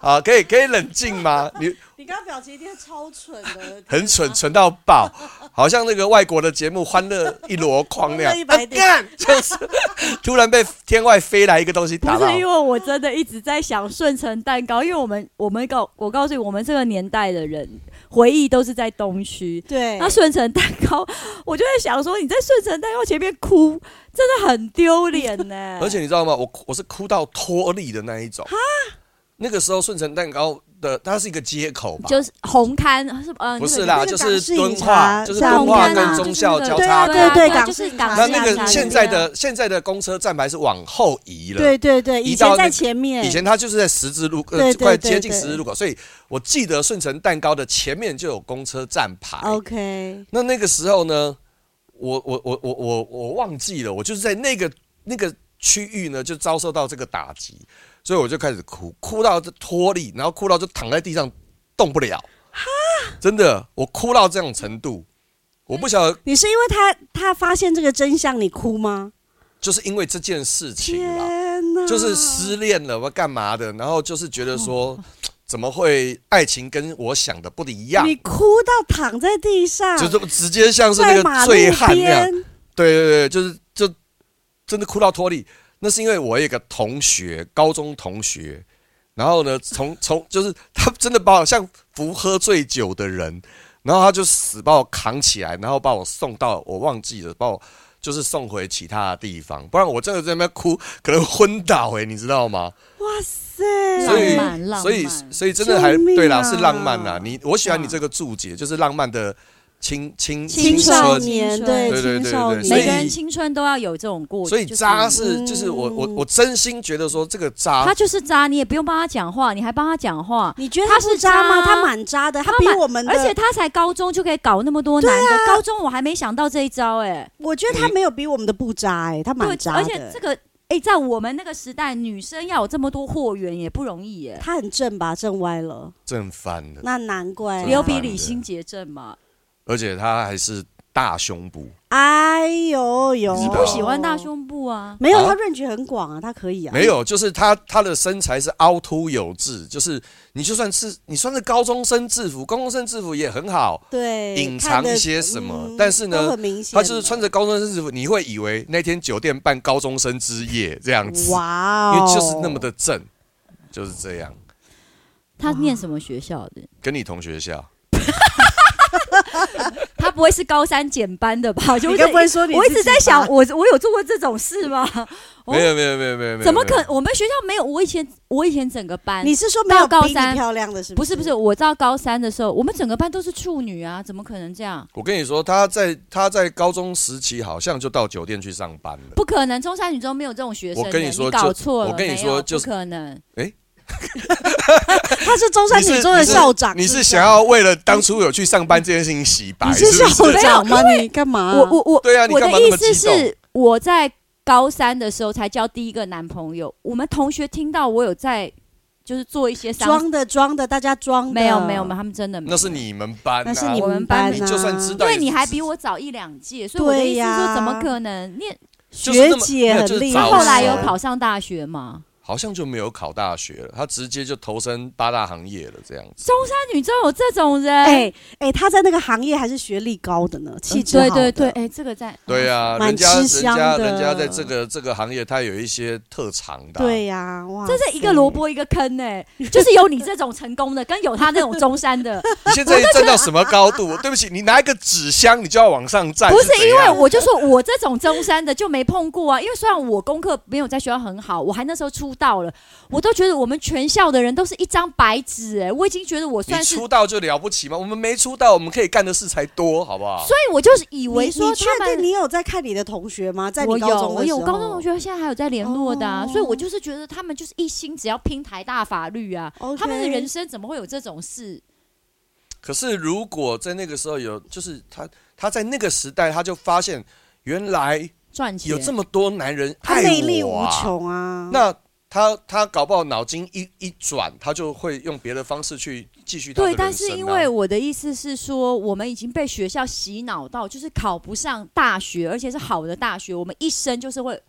S4: 好，可以可以冷静吗？你
S3: 你刚刚表情一定超蠢的，
S4: 很蠢，蠢到爆，好像那个外国的节目《欢乐一箩筐》那
S3: 欢乐一
S4: 样。啊
S3: 百点
S4: 干就是 突然被天外飞来一个东西
S5: 不
S4: 打
S5: 是
S4: 到。
S5: 因为我真的一直在想顺成蛋糕，因为我们我们告我告诉你，我们这个年代的人回忆都是在东区。
S3: 对，
S5: 那顺成蛋糕，我就在想说，你在顺成蛋糕前面哭，真的很丢脸
S3: 哎
S5: 呢。
S4: 而且你知道吗？我哭我是哭到脱力的那一种。那个时候顺成蛋糕的，它是一个街口吧？
S5: 就是红刊是呃，
S4: 不是
S5: 那
S4: 啦，
S3: 那
S5: 个
S4: 就
S3: 个
S4: 是
S3: 港式
S4: 敦
S3: 饮
S4: 化，
S3: 茶
S4: 就是
S3: 像
S4: 敦
S3: 红
S4: 化
S3: 磡啊
S4: 跟中校交
S3: 对
S4: 叉
S3: 啊
S4: 口。
S3: 对啊对
S5: 对
S3: 港
S5: 就是
S3: 式
S5: 港
S4: 那
S5: 式
S4: 那
S5: 茶
S4: 个
S5: 餐
S4: 现在
S5: 厅啊
S4: 的现在的公车站牌是往后移了，
S3: 对对对，以
S4: 移到
S3: 前
S4: 那
S3: 在
S4: 个
S3: 前面，
S4: 以前它就是在十字路，呃
S3: 对，对
S4: 快
S3: 对
S4: 接近
S3: 对
S4: 十字路口，所以我记得顺成蛋糕的前面就有公车站牌。
S3: OK，
S4: 那那个时候呢，我我我我我我忘记了，我就是在那个那个区域呢，就遭受到这个打击，所以我就开始哭，哭到就脱力，然后哭到就躺在地上动不了。真的，我哭到这种程度，我不晓得，
S3: 你是因为他他发现这个真相你哭吗？
S4: 就是因为这件事情啦。
S3: 天啊哪，
S4: 就是失恋了，我干嘛的？然后就是觉得
S3: 哦
S4: 说，怎么会爱情跟我想的不一样
S3: 你？哭到躺在地上，
S4: 就是直接像是那
S3: 在
S4: 个
S3: 马
S4: 醉
S3: 路
S4: 汉那样
S3: 边，，
S4: 对对对，就是就真的哭到脱力。那是因为我有一个同学，高中同学，然后呢，从从就是他真的把我像服喝醉酒的人，然后他就死把我扛起来，然后把我送到我忘记了，把我就是送回其他的地方，不然我真的在那边哭，可能昏倒哎、你知道吗？
S3: 哇塞，
S4: 所以
S5: 浪漫浪
S4: 所以
S5: 漫
S4: 所以真的还
S3: 救命啊
S4: 对啦，是浪漫啦。你我喜欢你这个注解，就是浪漫的青青
S5: 啊青
S3: 少
S4: 春
S5: 春
S3: 年
S5: 青
S3: 对
S4: 对对对
S3: 青少
S4: 对
S3: 年，
S4: 所以
S5: 每个人青春都要有这种过，
S4: 所以
S5: 就是
S4: 渣是
S3: 嗯
S4: 就是我我我真心觉得说这个
S5: 他
S4: 渣，
S5: 就是渣，你也不用帮他讲话，你还帮他讲话，
S3: 你觉得
S5: 他
S3: 不
S5: 是
S3: 渣吗？
S5: 渣
S3: 他蛮渣的，他比
S5: 蛮
S3: 我们的，啊
S5: 而且他才高中就可以搞那么多男的，高中我还没想到这一招哎、
S3: 我觉得他没有比我们的不渣，哎，他蛮
S5: 对，
S3: 渣
S5: 而且这
S3: 的，
S5: 个哎、在我们那个时代，女生要有这么多货源也不容易耶、
S3: 他很正吧，正歪了，
S4: 正翻了，
S3: 那难怪啊
S4: 对
S5: 你有
S4: 刘
S5: 比
S4: 备
S5: 李心洁正嘛？
S4: 而且他还是大胸部，
S3: 哎呦呦，
S4: 你
S5: 你不喜欢大？胸部啊？
S3: 没有，
S4: 啊
S3: 他润局很广啊，他可以啊。
S4: 没有，就是他他的身材是凹凸有致，就是你就算是你穿着高中生制服，高中生制服也很好，
S3: 对，
S4: 隐
S3: 看
S4: 藏
S3: 得
S4: 一些什么
S3: 嗯
S4: 但是呢
S3: 都很明显
S4: 他
S3: 了，
S4: 就是穿着高中生制服，你会以为那天酒店办高中生之夜这样子，
S3: 哇
S4: 因
S3: 哦，
S4: 为就是那么的正，就是这样。
S5: 他念什么学校的？
S4: 跟你同学校，
S5: 他不会是高三减班的吧？就
S3: 你
S5: 是
S3: 该不会说你
S5: 我一
S3: 自
S5: 直
S3: 己
S5: 在想，
S3: 吧
S5: 我我有做过这种事吗？哦
S4: 没有没有没有没有没有，
S5: 怎么可
S4: 没？有
S5: 我们学校没有。我以前我以前整个班，
S3: 你是说没有
S5: 到高
S3: 比你
S5: 三
S3: 漂亮的是
S5: 不
S3: 是
S5: 是不是，我到高三的时候，我们整个班都是处女啊，怎么可能这样？
S4: 我跟你说，他在他在高中时期好像就到酒店去上班了。
S5: 不可能，中山女中没有这种学生的。
S4: 我跟你说就
S5: 搞错了，
S4: 我跟你
S5: 没有
S4: 说就是
S5: 不可能。
S3: 他是中山
S4: 你是
S3: 女中的校长，
S4: 你是
S3: 不
S4: 想要为了当初有去上
S5: 嗯
S4: 班这件事情洗白？
S3: 你
S4: 是
S3: 是校
S4: 不是
S3: 长吗？你干嘛？
S5: 我我我，
S4: 对啊你
S5: 我的
S4: 干嘛那
S5: 意
S4: 么
S5: 思
S4: 激动
S5: 是，我在高三的时候才交第一个男朋友，我们同学听到我有在，就是做一些伤，
S3: 装的装的，大家装的
S5: 没有没有没有，他们真的没有。
S4: 那是你们班、啊，
S3: 那是你
S5: 我
S3: 们
S5: 们
S3: 班
S5: 班
S3: 啊，
S4: 你就算知
S5: 因
S4: 道也
S5: 为
S4: 是，
S5: 你还比我早一两届，所以我的
S3: 对
S5: 意思是
S3: 呀
S5: 说，怎么可能？你
S4: 就是那
S3: 学
S4: 么
S3: 姐
S4: 没有就是
S3: 很厉
S4: 早
S3: 害。
S4: 熟
S5: 后来有考，上大学吗？
S4: 好像就没有考大学了，他直接就投身八大行业了，这样子。
S5: 那啊女中有这种人？
S3: 哎哎，他在那个行业还是学历高的呢，气质
S5: 对
S3: 好
S5: 对
S3: 的
S5: 对，，哎，这个在
S4: 对啊，
S3: 蛮
S4: 人家
S3: 吃
S4: 人
S3: 香
S4: 家
S3: 的
S4: 人家在这个这个行业，他有一些特长的啊、
S3: 对呀，哇，
S5: 这是一个萝。卜一个坑哎、就是有你这种成功的，跟有他那种中山的，
S4: 你现在站到什么高度？对不起，你拿一个纸箱，你就要往上站。
S5: 不
S4: 是
S5: 是
S4: 怎
S5: 因为
S4: 样
S5: 我就说我这种中山的就没碰过啊，因为虽然我功课没有在学校很好，我还那时候出道了，我都觉得我们全校的人都是一张白纸，哎，我已经觉得我
S4: 你
S5: 算是，所
S4: 出道就了不起吗？我们没出道，我们可以干的事才多，好不好？
S5: 以我就是以为
S3: 你
S5: 说
S3: 你确
S5: 他们
S3: 定你有在看你的同学吗？在你
S5: 我
S3: 高中的
S5: 有我有
S3: 时候
S5: 高中同学现在还有在联络的、啊，
S3: 哦
S5: 所以我就是觉得他们就是一心只要拼台大法律啊
S3: OK
S5: 他们的人生怎么会有这种事？
S4: 可是如果在那个时候有，就是他他在那个时代他就发现，原来
S5: 赚钱啊
S4: 有这么多男人
S3: 他
S4: 爱
S3: 内力
S4: 我
S3: 无
S4: 啊。
S3: 穷啊。
S4: 那他他搞不好脑筋一一转，他就会用别的方式去继续他的
S5: 对，
S4: 人生、啊。
S5: 但是因为我的意思是说，我们已经被学校洗脑到，就是考不上大学，而且是好的大学，我们一生就是会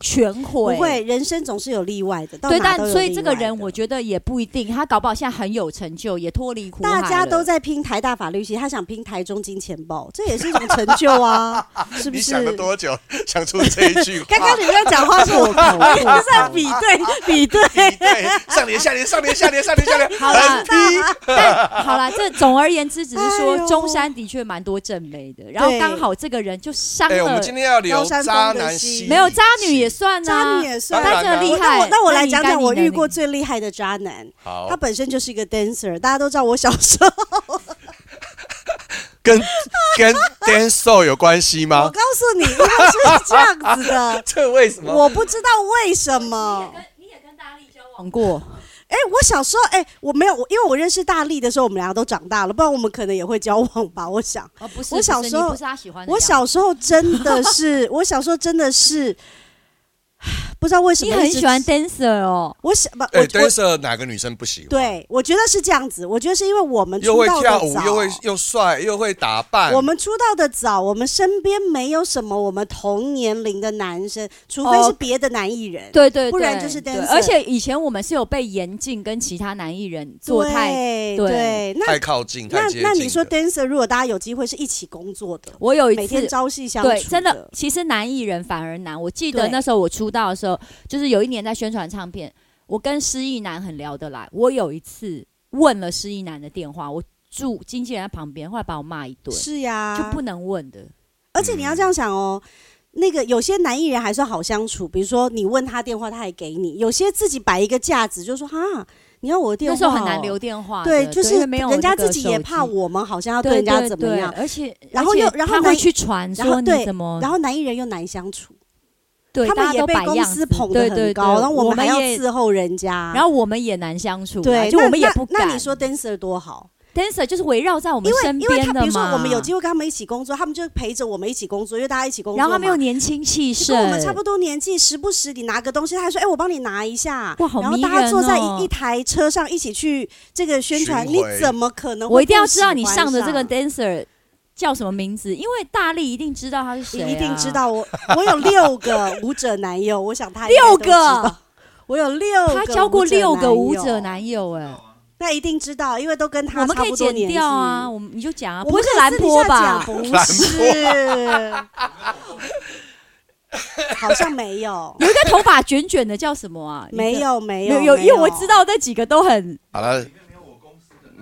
S5: 全毁。
S3: 不会，人生总是有例外的。到
S5: 对，
S3: 哪
S5: 但
S3: 都有
S5: 所以
S3: 例
S5: 这个
S3: 外
S5: 人
S3: 的
S5: 我觉得也不一定，他搞不好现在很有成就，也脱离苦海
S3: 大家都
S5: 了。
S3: 在拼台大法律系，他想拼台中金钱豹，这也是一种成就啊，是不
S4: 你
S3: 是？
S4: 想了 多久想出这一句话？
S3: 刚刚你在讲话是我，我一直在比对比 对。
S4: 比对上联下联上联下联上联下 联，
S5: 好啦
S4: 很低。
S5: 但好啦，这总而言之，只是说
S3: 哎呦
S5: 中山的确蛮多正妹的，然后
S3: 对
S5: 刚好这个人就伤
S4: 哎、我
S5: 了
S4: 们，今天要聊
S3: 高山峰
S4: 渣
S3: 的
S4: 男
S3: 心
S4: 心，
S5: 没有渣女也算
S3: 渣
S5: 啊
S3: 女，也算
S4: 当。然
S5: 但
S4: 啦
S5: 这厉
S3: 我那
S5: 害
S3: 我。那我来
S5: 你
S3: 讲
S5: 该
S3: 讲
S5: 你
S3: 我
S5: 的
S3: 遇
S5: 你
S3: 过最厉害的渣男，
S4: 好
S3: 他本身就是一个 dancer，大家都知道我小时候，
S4: 跟跟 dance show 有关系
S3: 我
S4: 吗？，
S3: 告诉你，因为是这样子的
S4: 这为什么？
S3: 我不知道为什么。
S5: 你也跟大力交往过，
S3: 哎、我小时候，哎、我没有，我因为我认识大力的时候，我们两个都长大了，不然我们可能也会交往吧。我想，
S5: 哦，不是，
S3: 我小
S5: 不是
S3: 时候
S5: 你不是他喜欢的
S3: 我
S5: 样子
S3: 小时候真的是，我小时候真的是，不知道为什么
S5: 你很
S3: 一直
S5: 喜欢 dancer 哦，
S3: 我想不，
S4: 哎、
S3: 我、
S4: d a
S3: 我
S4: n c e r 哪个女生不喜欢？，
S3: 对，我觉得是这样子，我觉得是因为我们
S4: 又
S3: 出
S4: 会
S3: 道
S4: 跳
S3: 的
S4: 舞，
S3: 早，
S4: 又会又帅，又会打扮。
S3: 我们出道的早，我们身边没有什么我们同年龄的男生，除非是
S5: 哦
S3: 别的男艺人。
S5: 对对，
S3: 不然
S5: 对
S3: 就是
S5: 对
S3: dancer
S5: 而且以前我们是有被严禁跟其他男艺人做太。
S3: 对
S5: 对
S3: 对，那
S4: 太靠近，太
S3: 那
S4: 接近
S3: 那你说
S4: 了
S3: dancer，如果大家有机会是一起工作的，
S5: 我有一
S3: 每
S5: 次
S3: 天，朝夕相处，
S5: 对，真的，其实男艺人反而难。我记得
S3: 对
S5: 那时候我出道的时候，就是有一年在宣传唱片，我跟失忆男很聊得来。我有一次问了失忆男的电话，我住经纪人在旁边，后来把我骂一顿，
S3: 是啊呀，
S5: 就不能问的。
S3: 而且你要这样想哦，那个有些男艺人还算好相处，比如说你问他电话，他还给你；有些自己摆一个架子，就说哈，你要我的电话、
S5: 那
S3: 哦，
S5: 时候很难留。电话的，
S3: 对，就是
S5: 因为没有
S3: 人家
S5: 那个
S3: 自己也
S5: 手
S3: 怕
S5: 机
S3: 我们好像要
S5: 对
S3: 对人家
S5: 对
S3: 怎么
S5: 对
S3: 样，
S5: 而且
S3: 然后
S5: 而且
S3: 又然后
S5: 他会
S3: 男
S5: 去传
S3: 然后
S5: 说
S3: 对
S5: 你怎么，
S3: 然后男艺人又难相处，
S5: 嗯对
S3: 他
S5: 大
S3: 们
S5: 家
S3: 也
S5: 都
S3: 被
S5: 摆
S3: 公
S5: 样
S3: 司
S5: 子
S3: 捧得
S5: 对
S3: 很
S5: 对
S3: 高，
S5: 对
S3: 然后
S5: 我
S3: 们还要
S5: 也
S3: 伺候人家，
S5: 然后我们也难相处啦，啊
S3: 对，
S5: 就
S3: 那
S5: 我们也不
S3: 那
S5: 敢。
S3: 那你说 dancer 多好，
S5: dancer 就是围绕在我们
S3: 因为
S5: 身
S3: 因为
S5: 边
S3: 他
S5: 的嘛，
S3: 比如说我们有机会跟他们一起工作，他们就陪着我们一起工作，因为大家一起工作嘛，
S5: 然后他们又年轻气
S3: 就
S5: 盛，
S3: 跟我们差不多年纪，时不时你拿个东西，他还说：“哎、我帮你拿一下。”
S5: 哇好
S3: 然后
S5: 迷
S3: 大家
S5: 人
S3: 坐在
S5: 哦
S3: 一一台车上一起去这个宣传，
S4: 巡
S3: 你
S4: 回
S3: 怎么可能会不喜欢？
S5: 我一定要知道你上的这个 dancer 叫什么名字，因为大力一定知道他是谁、啊
S3: 你一定知。道我，我有六个 舞者男友，我想他应该
S5: 六
S3: 都知道
S5: 个，
S3: 我有六个，
S5: 他交过六个舞者，男友，哎，
S3: 那一定知道，因为都跟他
S5: 我们
S3: 差
S5: 可以
S3: 不多
S5: 剪
S3: 年纪
S5: 掉啊，。我们你就讲啊，
S3: 我
S5: 不会
S3: 们可
S5: 是
S3: 以
S5: 兰
S3: 私底
S5: 波
S3: 下
S5: 吧
S3: 讲？不是， 好像没有，
S5: 有一个头发卷卷的叫什么啊？
S3: 没有，
S5: 一
S3: 没
S5: 个，
S3: 有，
S5: 有有，
S3: 没
S5: 因为我知道那几个都很
S4: 好了，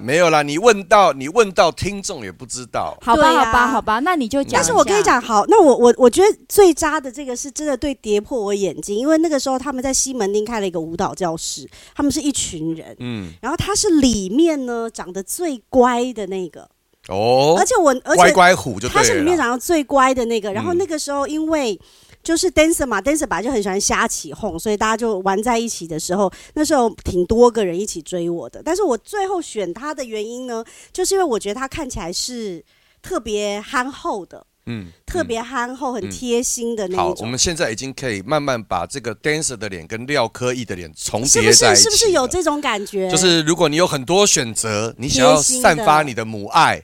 S4: 没有啦，你问到你问到听众也不知道。
S5: 好吧，
S3: 对啊
S5: 好吧，好吧，那你就讲。
S3: 但是我跟你，讲，好，那我我我觉得最渣的这个是真的对跌破我眼睛，因为那个时候他们在西门町开了一个舞蹈教室，他们是一群人，
S4: 嗯，
S3: 然后他是里面呢长得最乖的那个，
S4: 哦
S3: 而，且我而
S4: 乖
S3: 且
S4: 乖虎就
S3: 他是
S4: 对
S3: 里面
S4: 了。
S3: 长得最乖的那个，然后
S4: 嗯
S3: 那个时候因为。就是 dancer 嘛，dancer 本来就很喜欢瞎起哄，所以大家就玩在一起的时候，那时候挺多个人一起追我的。但是我最后选他的原因呢，就是因为我觉得他看起来是特别憨厚的，
S4: 嗯，
S3: 特
S4: 嗯
S3: 别憨厚、很
S4: 嗯
S3: 贴心的那
S4: 好
S3: 一，
S4: 我
S3: 种。
S4: 们现在已经可以慢慢把这个 dancer 的脸跟廖科义的脸重
S3: 是
S4: 叠
S3: 不
S4: 在一
S3: 是
S4: 起。
S3: 是不是有？这种感觉？
S4: 就是如果你有很多选择，你想要
S3: 贴心的
S4: 散发你的母爱，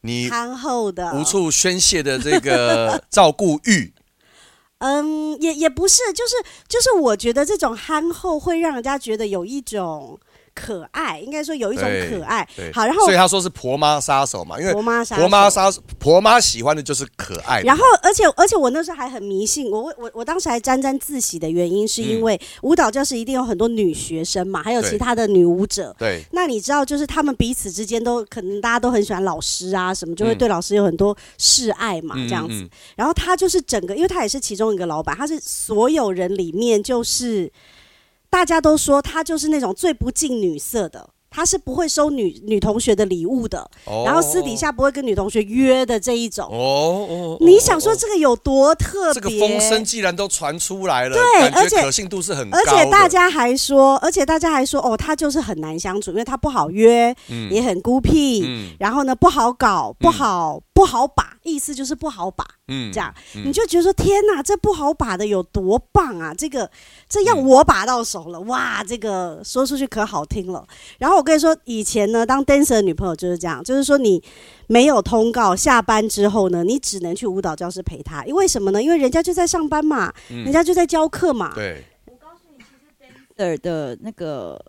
S4: 你
S3: 憨厚的，
S4: 无处宣泄的这个照顾欲，
S3: 嗯，也也不是，就是就是，我觉得这种憨厚会让人家觉得有一种可爱，应该说有一种
S4: 对
S3: 可爱
S4: 对。
S3: 好，然后
S4: 所以他说是婆妈杀手嘛，因为
S3: 婆妈杀手
S4: 婆妈杀婆妈喜欢的就是可爱的。
S3: 然后，而且而且我那时候还很迷信，我我我当时还沾沾自喜的原因，是因为舞蹈教室一定有很多女学生嘛，还有
S4: 嗯对
S3: 其他的女舞者。
S4: 对，
S3: 那你知道，就是他们彼此之间都可能大家都很喜欢老师啊，什么就会
S4: 嗯
S3: 对老师有很多示爱嘛，
S4: 嗯
S3: 这样子。
S4: 嗯嗯
S3: 然后他就是整个，因为他也是其中一个老板，他是所有人里面就是大家都说她就是那种最不近女色的，她是不会收女女同学的礼物的，
S4: 哦
S3: 然后私底下不会跟女同学约的这一种。
S4: 哦哦，哦
S3: 你想说
S4: 哦
S3: 这个有多特
S4: 这
S3: 别？
S4: 个风声既然都传出来了，
S3: 对
S4: 感
S3: 而
S4: 觉
S3: 且
S4: 可信度是很高
S3: 而
S4: 的。
S3: 且大家还说，而且大家还说，哦，他就是很难相处，因为他不好约，也很孤僻，
S4: 嗯
S3: 然后呢不好搞，不好、不好把，意思就是不好把，
S4: 嗯
S3: 这样、你就觉得说，天哪，这不好把的有多棒啊！这个这
S4: 嗯
S3: 要我把到手了，哇，这个说出去可好听了。然后我跟你说，以前呢，当 dancer 的女朋友就是这样，就是说你没有通告，下班之后呢，你只能去舞蹈教室陪她，因为什么呢？因为人家就在上班嘛，人家就在教课嘛，
S4: 嗯对，
S5: dancer 的那个，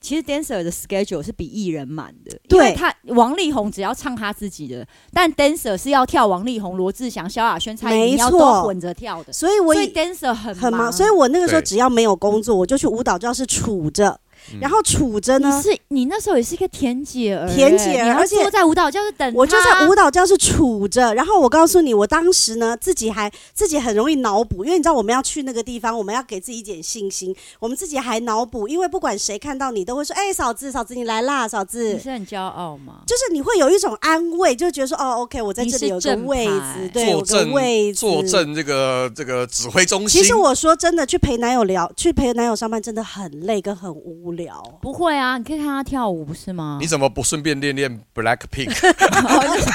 S5: 其实 dancer 的 schedule 是比艺人满的，
S3: 对
S5: 因为他王力宏只要唱他自己的，但 dancer 是要跳王力宏、罗志祥、萧亚轩、蔡依
S3: 没
S5: 林要
S3: 错
S5: 都混着跳的，
S3: 所以我
S5: 所
S3: 以
S5: 以 dancer 很
S3: 很忙，
S5: 忙，
S3: 所以我那个时候
S4: 对嗯
S3: 只要没有工作，我就去舞蹈教室杵着，然后杵着
S5: 你
S3: 呢，
S5: 是你那时候也是一个田姐儿欸，
S3: 田姐儿
S5: 你还
S3: 而且
S5: 坐在舞蹈教室等
S3: 我就在舞
S5: 蹈
S3: 蹈教室杵着。然后我告诉你，我当时呢自己还自己很容易脑补，因为你知道我们要去那个地方，我们要给自己一点信心，我们自己还脑补，因为不管谁看到你都会说：“哎、嫂子，嫂子你来啦，嫂子。
S5: 你”是很骄傲吗？
S3: 就是你会有一种安慰，就觉得说哦，OK，我在这里有
S5: 你是
S3: 个
S5: 正
S3: 位
S5: 牌
S3: 置，对，有
S4: 坐
S3: 个位
S4: 镇
S3: 置，
S4: 坐镇这个这个指挥中心。
S3: 其实我说真的，去陪男友聊，去陪男友上班真的很累跟很无聊。
S5: 不会啊，你可以看她跳舞不是吗
S4: 你？怎么不顺便练练 Black Pink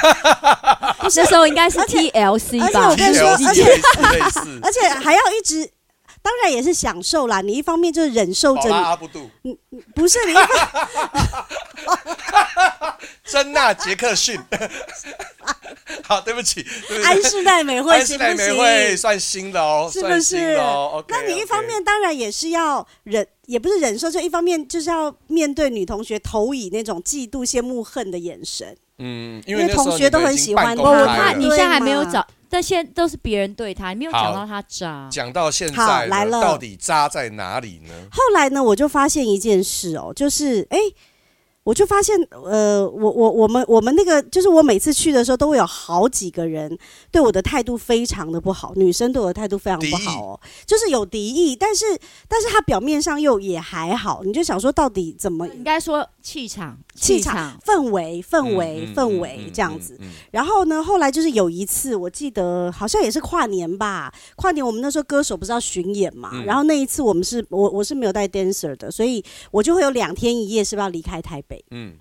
S5: 那时候应该是
S3: 而且
S5: TLC
S3: 而且
S5: 吧
S3: 我？跟你说
S4: TLC
S3: 而且
S4: 类似类似，
S3: 而且还要一直，当然也是享受啦。你一方面就是忍受
S4: 宝
S3: 着
S4: 拉
S3: 你，
S4: 阿布杜、
S3: 不是你一方
S4: 珍娜杰克逊。好，对不起，对不
S3: 安
S4: 起，
S3: 室奈美惠
S4: 安室
S3: 行
S4: 奈
S3: 不
S4: 美惠
S3: 行？
S4: 算新的哦，
S3: 是
S4: 算
S3: 不
S4: 新
S3: 是
S4: 的哦？OK，OK
S3: 那你一方面当然也是要忍，也不是忍受，就一方面就是要面对女同学投以那种嫉妒、羡慕、恨的眼神。
S4: 嗯，因
S3: 因
S4: 为
S3: 为
S4: 那时候
S3: 同学都
S4: 你们
S3: 很
S4: 已经
S3: 喜欢
S4: 半公
S3: 她
S4: 开
S5: 我
S4: 了
S5: 看你
S3: 对
S5: 现在还没有
S3: 嘛
S5: 找，但现在都是别人对她，你没有
S4: 好
S5: 讲到她渣。
S4: 讲到现
S3: 好
S4: 在
S3: 来
S4: 呢
S3: 了
S4: 到底渣在哪里呢？
S3: 后来呢，我就发现一件事哦，就是哎。我就发现，呃，我我我们我们那个，就是我每次去的时候，都会有好几个人对我的态度非常的不好，女生对我的态度非常不好哦，就是有敌意，但是但是她表面上又也还好，你就想说到底怎么
S5: 应该说气场，
S3: 气
S5: 场
S3: 场。氛围氛围
S4: 嗯
S3: 氛围这样子，，然后呢，后来就是有一次，我记得好像也是跨年吧，跨年我们那时候歌手不是要巡演嘛，
S4: 嗯
S3: 然后那一次我们是我我是没有带 dancer 的，所以我就会有两天一夜是不是要离开台北？
S4: 嗯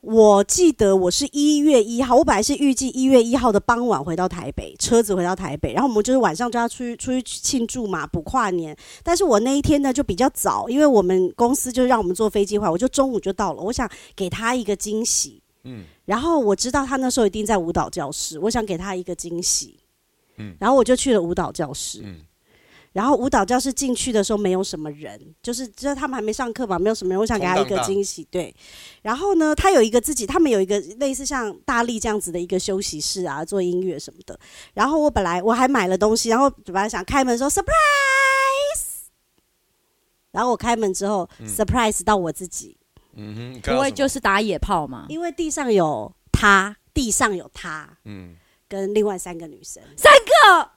S3: 我记得我是一月一号，我本来是预计一月一号的傍晚回到台北，车子回到台北，然后我们就是晚上就要出去出去庆祝嘛，补跨年。但是我那一天呢就比较早，因为我们公司就让我们坐飞机回来，我就中午就到了，我想给他一个惊喜。
S4: 嗯
S3: 然后我知道他那时候一定在舞蹈教室，我想给他一个惊喜，然后我就去了舞蹈教室，
S4: 嗯
S3: 然后舞蹈教室进去的时候没有什么人，就是知道他们还没上课嘛，没有什么人，我想给他一
S4: 空
S3: 个
S4: 荡荡
S3: 惊喜，对。然后呢，他有一个自己，他们有一个类似像大力这样子的一个休息室啊，做音乐什么的。然后我本来我还买了东西，然后本来想开门说 surprise，然后我开门之后、surprise 到我自己，
S4: 嗯哼，
S5: 不会就是是打野炮嘛？
S3: 因为地上有他，地上有他，
S4: 嗯，
S3: 跟另外三个女生，
S5: 三个，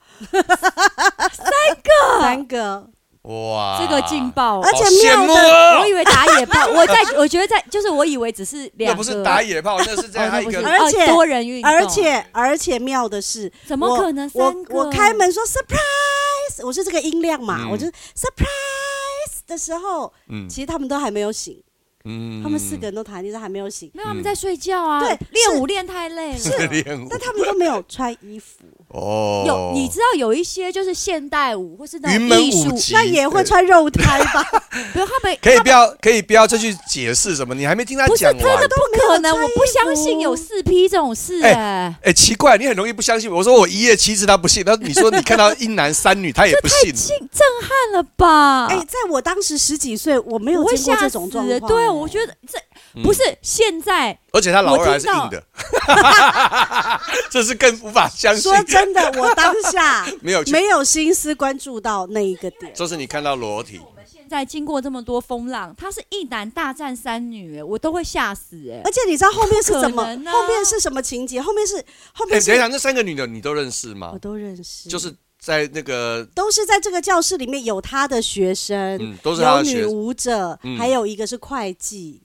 S3: 三个，啊
S4: 哇，
S5: 这个劲爆！
S3: 而且
S4: 好羡慕
S3: 妙
S4: 哦
S5: 我以为打 野炮，我在我觉得在就是我以为只是
S4: 那
S5: 两个，
S4: 不是打野炮，那是在
S5: 哦
S4: 他
S5: 那
S4: 一
S5: 不是
S4: 个
S3: 而且
S5: 哦多人运动，
S3: 而且而且妙的是，
S5: 怎么可能
S3: 我
S5: 三个？
S3: 我开门说 surprise，我是这个音量嘛，
S4: 嗯
S3: 我就 surprise 的时候，
S4: 嗯
S3: 其实他们都还没有醒，
S4: 嗯
S3: 他们四个人都躺在地上还没有醒，
S5: 没有，他们在睡觉啊。
S3: 对
S5: 练
S3: 是
S5: 舞练太累了。
S4: 个练舞
S3: 但他们都没有穿衣服，
S4: 哦，
S5: 有你知道有一些就是现代舞或是那
S4: 云
S5: 种
S4: 门
S5: 艺
S4: 舞
S5: 术，
S4: 集，
S3: 那也会穿肉胎 吧？
S5: 不是他们
S4: 可以不要可以不要再去解释什么，你还没听他
S5: 不是
S4: 讲
S5: 真
S4: 完
S5: 的。
S3: 都没
S5: 不
S3: 有
S5: 可能，
S3: 穿
S5: 我
S3: 衣
S5: 不相信
S3: 服
S5: 有四 P 这种事
S4: 哎
S5: 哎。
S4: 哎，奇怪，你很容易不相信我。我说我一夜七次，他不信。他你说你看到一男三 女，他也不信。
S5: 震震撼了吧？
S3: 哎，在我当时十几岁，我没有
S5: 我会
S3: 经过
S5: 吓
S3: 这
S5: 死
S3: 种状
S5: 欸
S3: 况，
S5: 对，我觉得这不是
S4: 嗯
S5: 现在，
S4: 而且他老
S5: 我
S4: 二还是
S5: 听到
S4: 硬的， 这是更无法相信
S3: 说。真的，我当下
S4: 没有去
S3: 没有心思关注到那一个点。
S4: 就是你看到裸体，
S5: 现在经过这么多风浪，他是一男大战三女，哎，我都会吓死哎
S3: 而。且你知道后面是怎么？
S5: 不 可能啊
S3: 后面是什么情节？后面是后
S4: 哎，
S3: 面是、
S4: 等一下，那三个女的你都认识吗
S3: 我？都认识，
S4: 就是在那个
S3: 都是在这个教室里面有他的学生，
S4: 嗯都是他的学生
S3: 有女舞者，
S4: 嗯
S3: 还有一个是会计，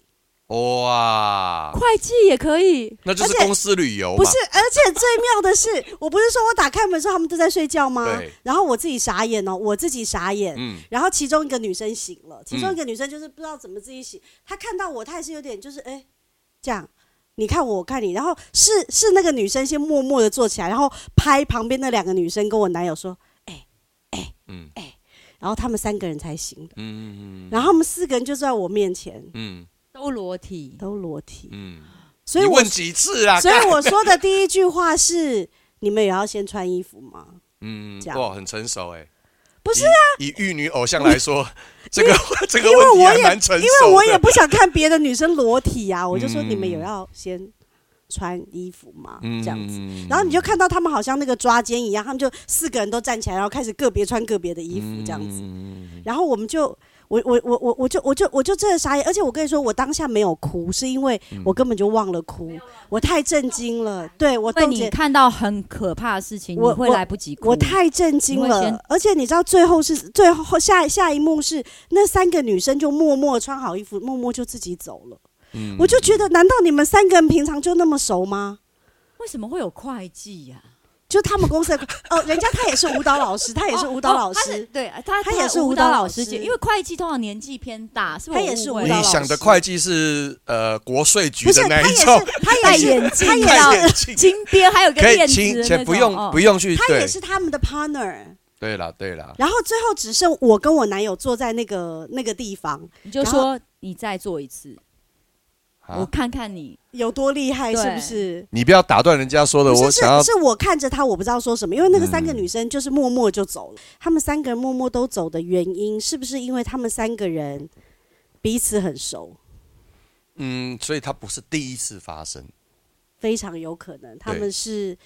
S4: 哇，
S5: 会计也可以，
S4: 那就是
S3: 而且
S4: 公司旅游嘛，
S3: 不是，而且最妙的是，我不是说我打开门的时候他们都在睡觉吗
S4: 对？
S3: 然后我自己傻眼哦，我自己傻眼。
S4: 嗯
S3: 然后其中一个女生醒了，其中一个女生就是不知道怎么自己醒，她看到我，她也是有点就是哎、这样。你看我，我看你，然后是是那个女生先默默的坐起来，然后拍旁边那两个女生跟我男友说：“哎、哎、
S4: 嗯
S3: 哎、然后他们三个人才醒的，
S4: 嗯嗯
S3: 然后他们四个人就坐在我面前，
S4: 嗯
S5: 都裸体。
S3: 都裸体。
S4: 嗯，
S3: 所以
S4: 你
S3: 我
S4: 问几次啊？
S3: 所以
S4: 干
S3: 我说的第一句话是：你们也要先穿衣服吗？
S4: 嗯
S3: 这样
S4: 哇，很成熟哎，
S3: 不是
S4: 啊，以玉女偶像 来说，这个 这
S3: 因
S4: 个
S3: 为
S4: 问题
S3: 我
S4: 还
S3: 也
S4: 蛮成熟的，
S3: 因为我也不想看别的女生裸体啊，我就说
S4: 嗯
S3: 你们也要先穿衣服嘛，
S4: 嗯
S3: 这样子。然后你就看到他们好像那个抓奸一样，他们就四个人都站起来，然后开始个别穿个别的衣服这样子。
S4: 嗯
S3: 然后我们就，我我我我我就我就我就真的傻眼，而且我跟你说，我当下没有哭，是因为
S4: 嗯
S3: 我根本就忘了哭，我太震惊了。对我
S5: 被
S3: 冻
S5: 你
S3: 结，
S5: 看到很可怕的事情，你
S3: 我
S5: 会
S3: 我
S5: 来不及哭。
S3: 我太震惊
S5: 你会先
S3: 了，而且你知道最后是最后下下一幕是那三个女生就默默穿好衣服，默默就自己走了。
S4: 嗯
S3: 我就觉得，难道你们三个人平常就那么熟吗？
S5: 为什么会有会计啊呀、
S3: 就他们公司的 哦，人家他也是舞蹈老师，他也是舞蹈老
S5: 哦他是
S3: 师，
S5: 对他
S3: 他也是
S5: 舞
S3: 舞蹈
S5: 老
S3: 老
S5: 师
S3: 师
S5: 姐，因为会计通常年纪偏大，是不
S3: 他也是
S5: 我误
S3: 舞
S5: 会
S3: 蹈
S4: 你
S3: 老师
S4: 想的会计是呃国税局
S3: 不是
S4: 的那
S3: 他
S4: 一
S3: 也是
S4: 种，
S3: 他也
S5: 戴
S3: 是
S5: 眼镜
S3: 他也
S5: 戴
S4: 戴
S3: 是
S4: 眼镜，
S5: 金边还有 个
S4: 可以
S5: 链子
S4: 亲
S5: 的
S4: 且
S5: 那
S4: 不
S5: 种
S4: 用
S5: 哦
S4: 不用去
S3: 他也
S4: 对
S3: 是他们的 partner。
S4: 对了对了，
S3: 然后最后只剩我跟我男友坐在那个那个地方，
S5: 你就
S3: 然后
S5: 说你再做一次，
S4: 啊
S5: 我看看你。
S3: 有多厉害是不
S5: 对
S3: 是？
S4: 你不要打断人家说的，
S3: 不
S4: 我
S3: 是是
S4: 想要
S3: 是我看着他，我不知道说什么，因为那个三个
S4: 嗯
S3: 女生就是默默就走了。他们三个人默默都走的原因，是不是因为他们三个人彼此很熟？
S4: 嗯，所以它不是第一次发生。
S3: 非常有可能他们是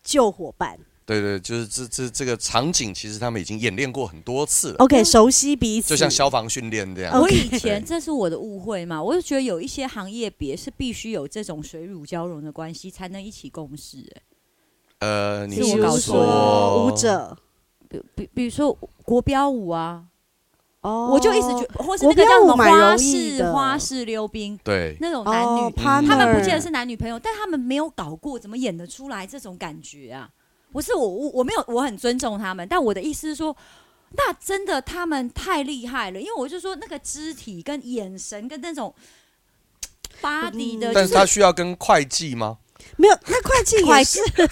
S3: 旧伙伴。
S4: 对对，就是这这这个场景，其实他们已经演练过很多次了，
S3: OK，熟悉彼此，
S4: 就像消防训练这样。
S5: 我
S3: OK
S5: 以前这是我的误会嘛，我就觉得有一些行业别是必须有这种水乳交融的关系才能一起共事、哎
S4: 呃，你
S5: 是
S3: 比
S5: 我
S4: 是
S3: 如
S5: 搞错
S3: 说
S4: 说
S3: 舞者
S5: 比比比如说国标舞啊，
S3: 哦，
S5: 我就一直觉得，或是
S3: 国
S5: 那个叫什
S3: 标
S5: 么
S3: 舞蛮
S5: 花
S3: 容易
S5: 式
S3: 的
S5: 花式溜冰
S4: 对，
S5: 那种男女
S3: 哦，partner，
S5: 他们不见得是男女朋友，但他们没有搞过，怎么演得出来这种感觉啊？不是我，我我没有，我很尊重他们，但我的意思是说，那真的他们太厉害了，因为我就说那个肢体跟眼神跟那种 body 的，
S4: 但
S5: 呃就是
S4: 他需要跟会计吗？
S3: 没有，那会计也
S5: 会
S3: 是
S5: 计，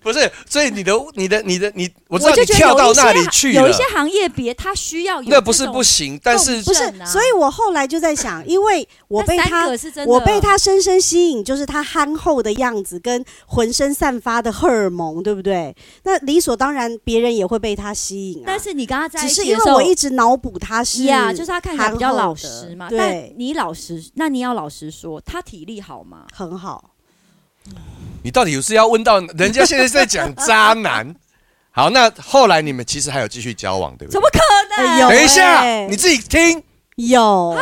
S4: 不是，所以你的你的你的你，我知
S5: 我
S4: 道你
S5: 就觉
S4: 跳
S5: 得有
S4: 到
S5: 一
S4: 那里
S5: 些
S4: 去
S5: 有
S4: 了
S5: 一，些行业别他需要有
S4: 那不是
S5: 这种
S4: 不行，但是
S3: 不是
S5: 正？啊
S3: 所以我后来就在 想，因为我
S5: 但
S3: 被
S5: 三
S3: 他
S5: 个是真的，
S3: 我被他深深吸引，就是他憨厚的样子跟浑身散发的荷尔蒙，对不对？那理所当然，别人也会被他吸引啊。
S5: 但是你跟他在
S3: 只
S5: 一
S3: 是
S5: 起
S3: 因
S5: 的
S3: 为
S5: 时候
S3: 我。一直脑补他是
S5: 呀就是他看起来比较
S3: 憨厚
S5: 老
S3: 的
S5: 实嘛。但
S3: 对，
S5: 你老实，那你要老实说，他体力好吗？
S3: 很好。
S4: 你到底是要问到人家现在是在讲渣男？ 好，那后来你们其实还有继续交往，对不对？
S5: 怎么欸可能？
S3: 哎呦
S4: 等一下，
S3: 哎
S4: 你自己听，
S3: 有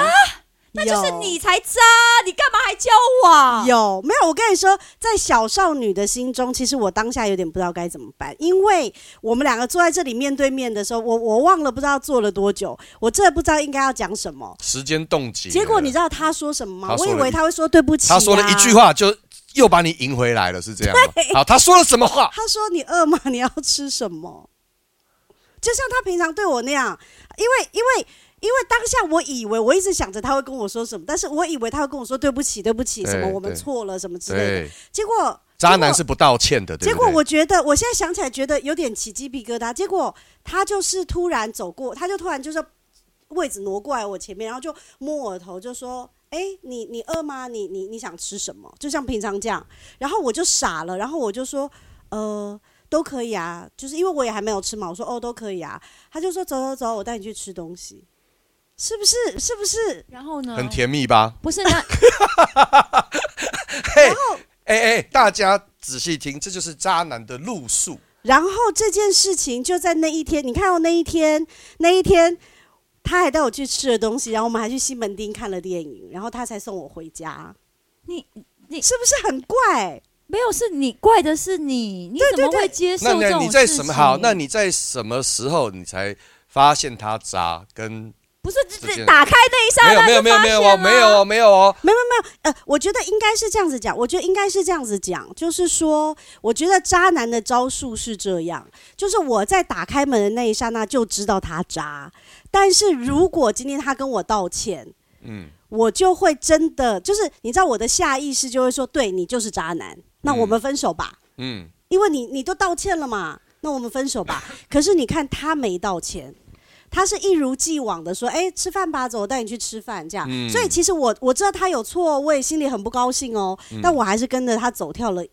S3: 那
S5: 啊就是你才渣，你干嘛还交往？
S3: 有没有？我跟你说，在小少女的心中，其实我当下有点不知道该怎么办，因为我们两个坐在这里面对面的时候，我我忘了不知道坐了多久，我真的不知道应该要讲什么。
S4: 时间冻结了。
S3: 结果你知道他说什么吗
S4: 他？说
S3: 我
S4: 了
S3: 以
S4: 一
S3: 为他会说对不起、啊，
S4: 他说了一句。话，就又把你赢回来了，是这样吗？好，他说了什么话？
S3: 他说：“你饿吗？你要吃什么？”就像他平常对我那样，因为因为因为当下我以为我一直想着他会跟我说什么，但是我以为他会跟我说对不起，对不起，
S4: 对
S3: 什么我们
S4: 对
S3: 错了什么之类的。
S4: 对，
S3: 结果
S4: 渣男是不道歉的，对
S3: 结
S4: 不
S3: 果
S4: 对？
S3: 我觉得我现在想起来觉得有点起鸡皮疙瘩。结果他就是突然走过，他就突然就是位置挪过来我前面，然后就摸我的头，就说：“哎、你你饿吗？你你你想吃什么？”就像平常这样。然后我就傻了，然后我就说：“呃，都可以啊，就是因为我也还没有吃嘛。”我说：“哦，都可以啊。”他就说：“走走走，我带你去吃东西。”是不是？是不是？
S5: 然后呢？
S4: 很甜蜜吧？
S5: 不是那
S4: 嘿，哎哎，大家仔细听，这就是渣男的路数。
S3: 然后这件事情就在那一天，你看到、哦那一天，那一天他还带我去吃了东西，然后我们还去西门町看了电影，然后他才送我回家，
S5: 你你
S3: 是不是很怪？
S5: 没有，是你怪的是你，你怎么会接受
S4: 那那
S5: 这种
S4: 你在
S5: 事
S4: 什么
S5: 情
S4: 好？那你在什么时候你才发现他渣？跟
S5: 不是
S4: 这
S5: 这
S4: 件
S5: 打开那一刹
S4: 没有
S5: 那
S4: 没有没有没有
S5: 啊
S4: 哦，没有哦，没有哦。
S3: 没有没有，呃，我觉得应该是这样子讲，我觉得应该是这样子讲，就是说，我觉得渣男的招数是这样，就是我在打开门的那一刹那就知道他渣，但是如果今天他跟我道歉，
S4: 嗯，
S3: 我就会真的就是你知道我的下意识就会说，对你就是渣男，那我们分手吧，
S4: 嗯，
S3: 因为你你都道歉了嘛，那我们分手 吧。可是你看他没道歉，他是一如既往的说，哎、吃饭吧，走，我带你去吃饭这样。
S4: 嗯
S3: 所以其实我我知道他有错，我也心里很不高兴哦，
S4: 嗯
S3: 但我还是跟着他走跳了，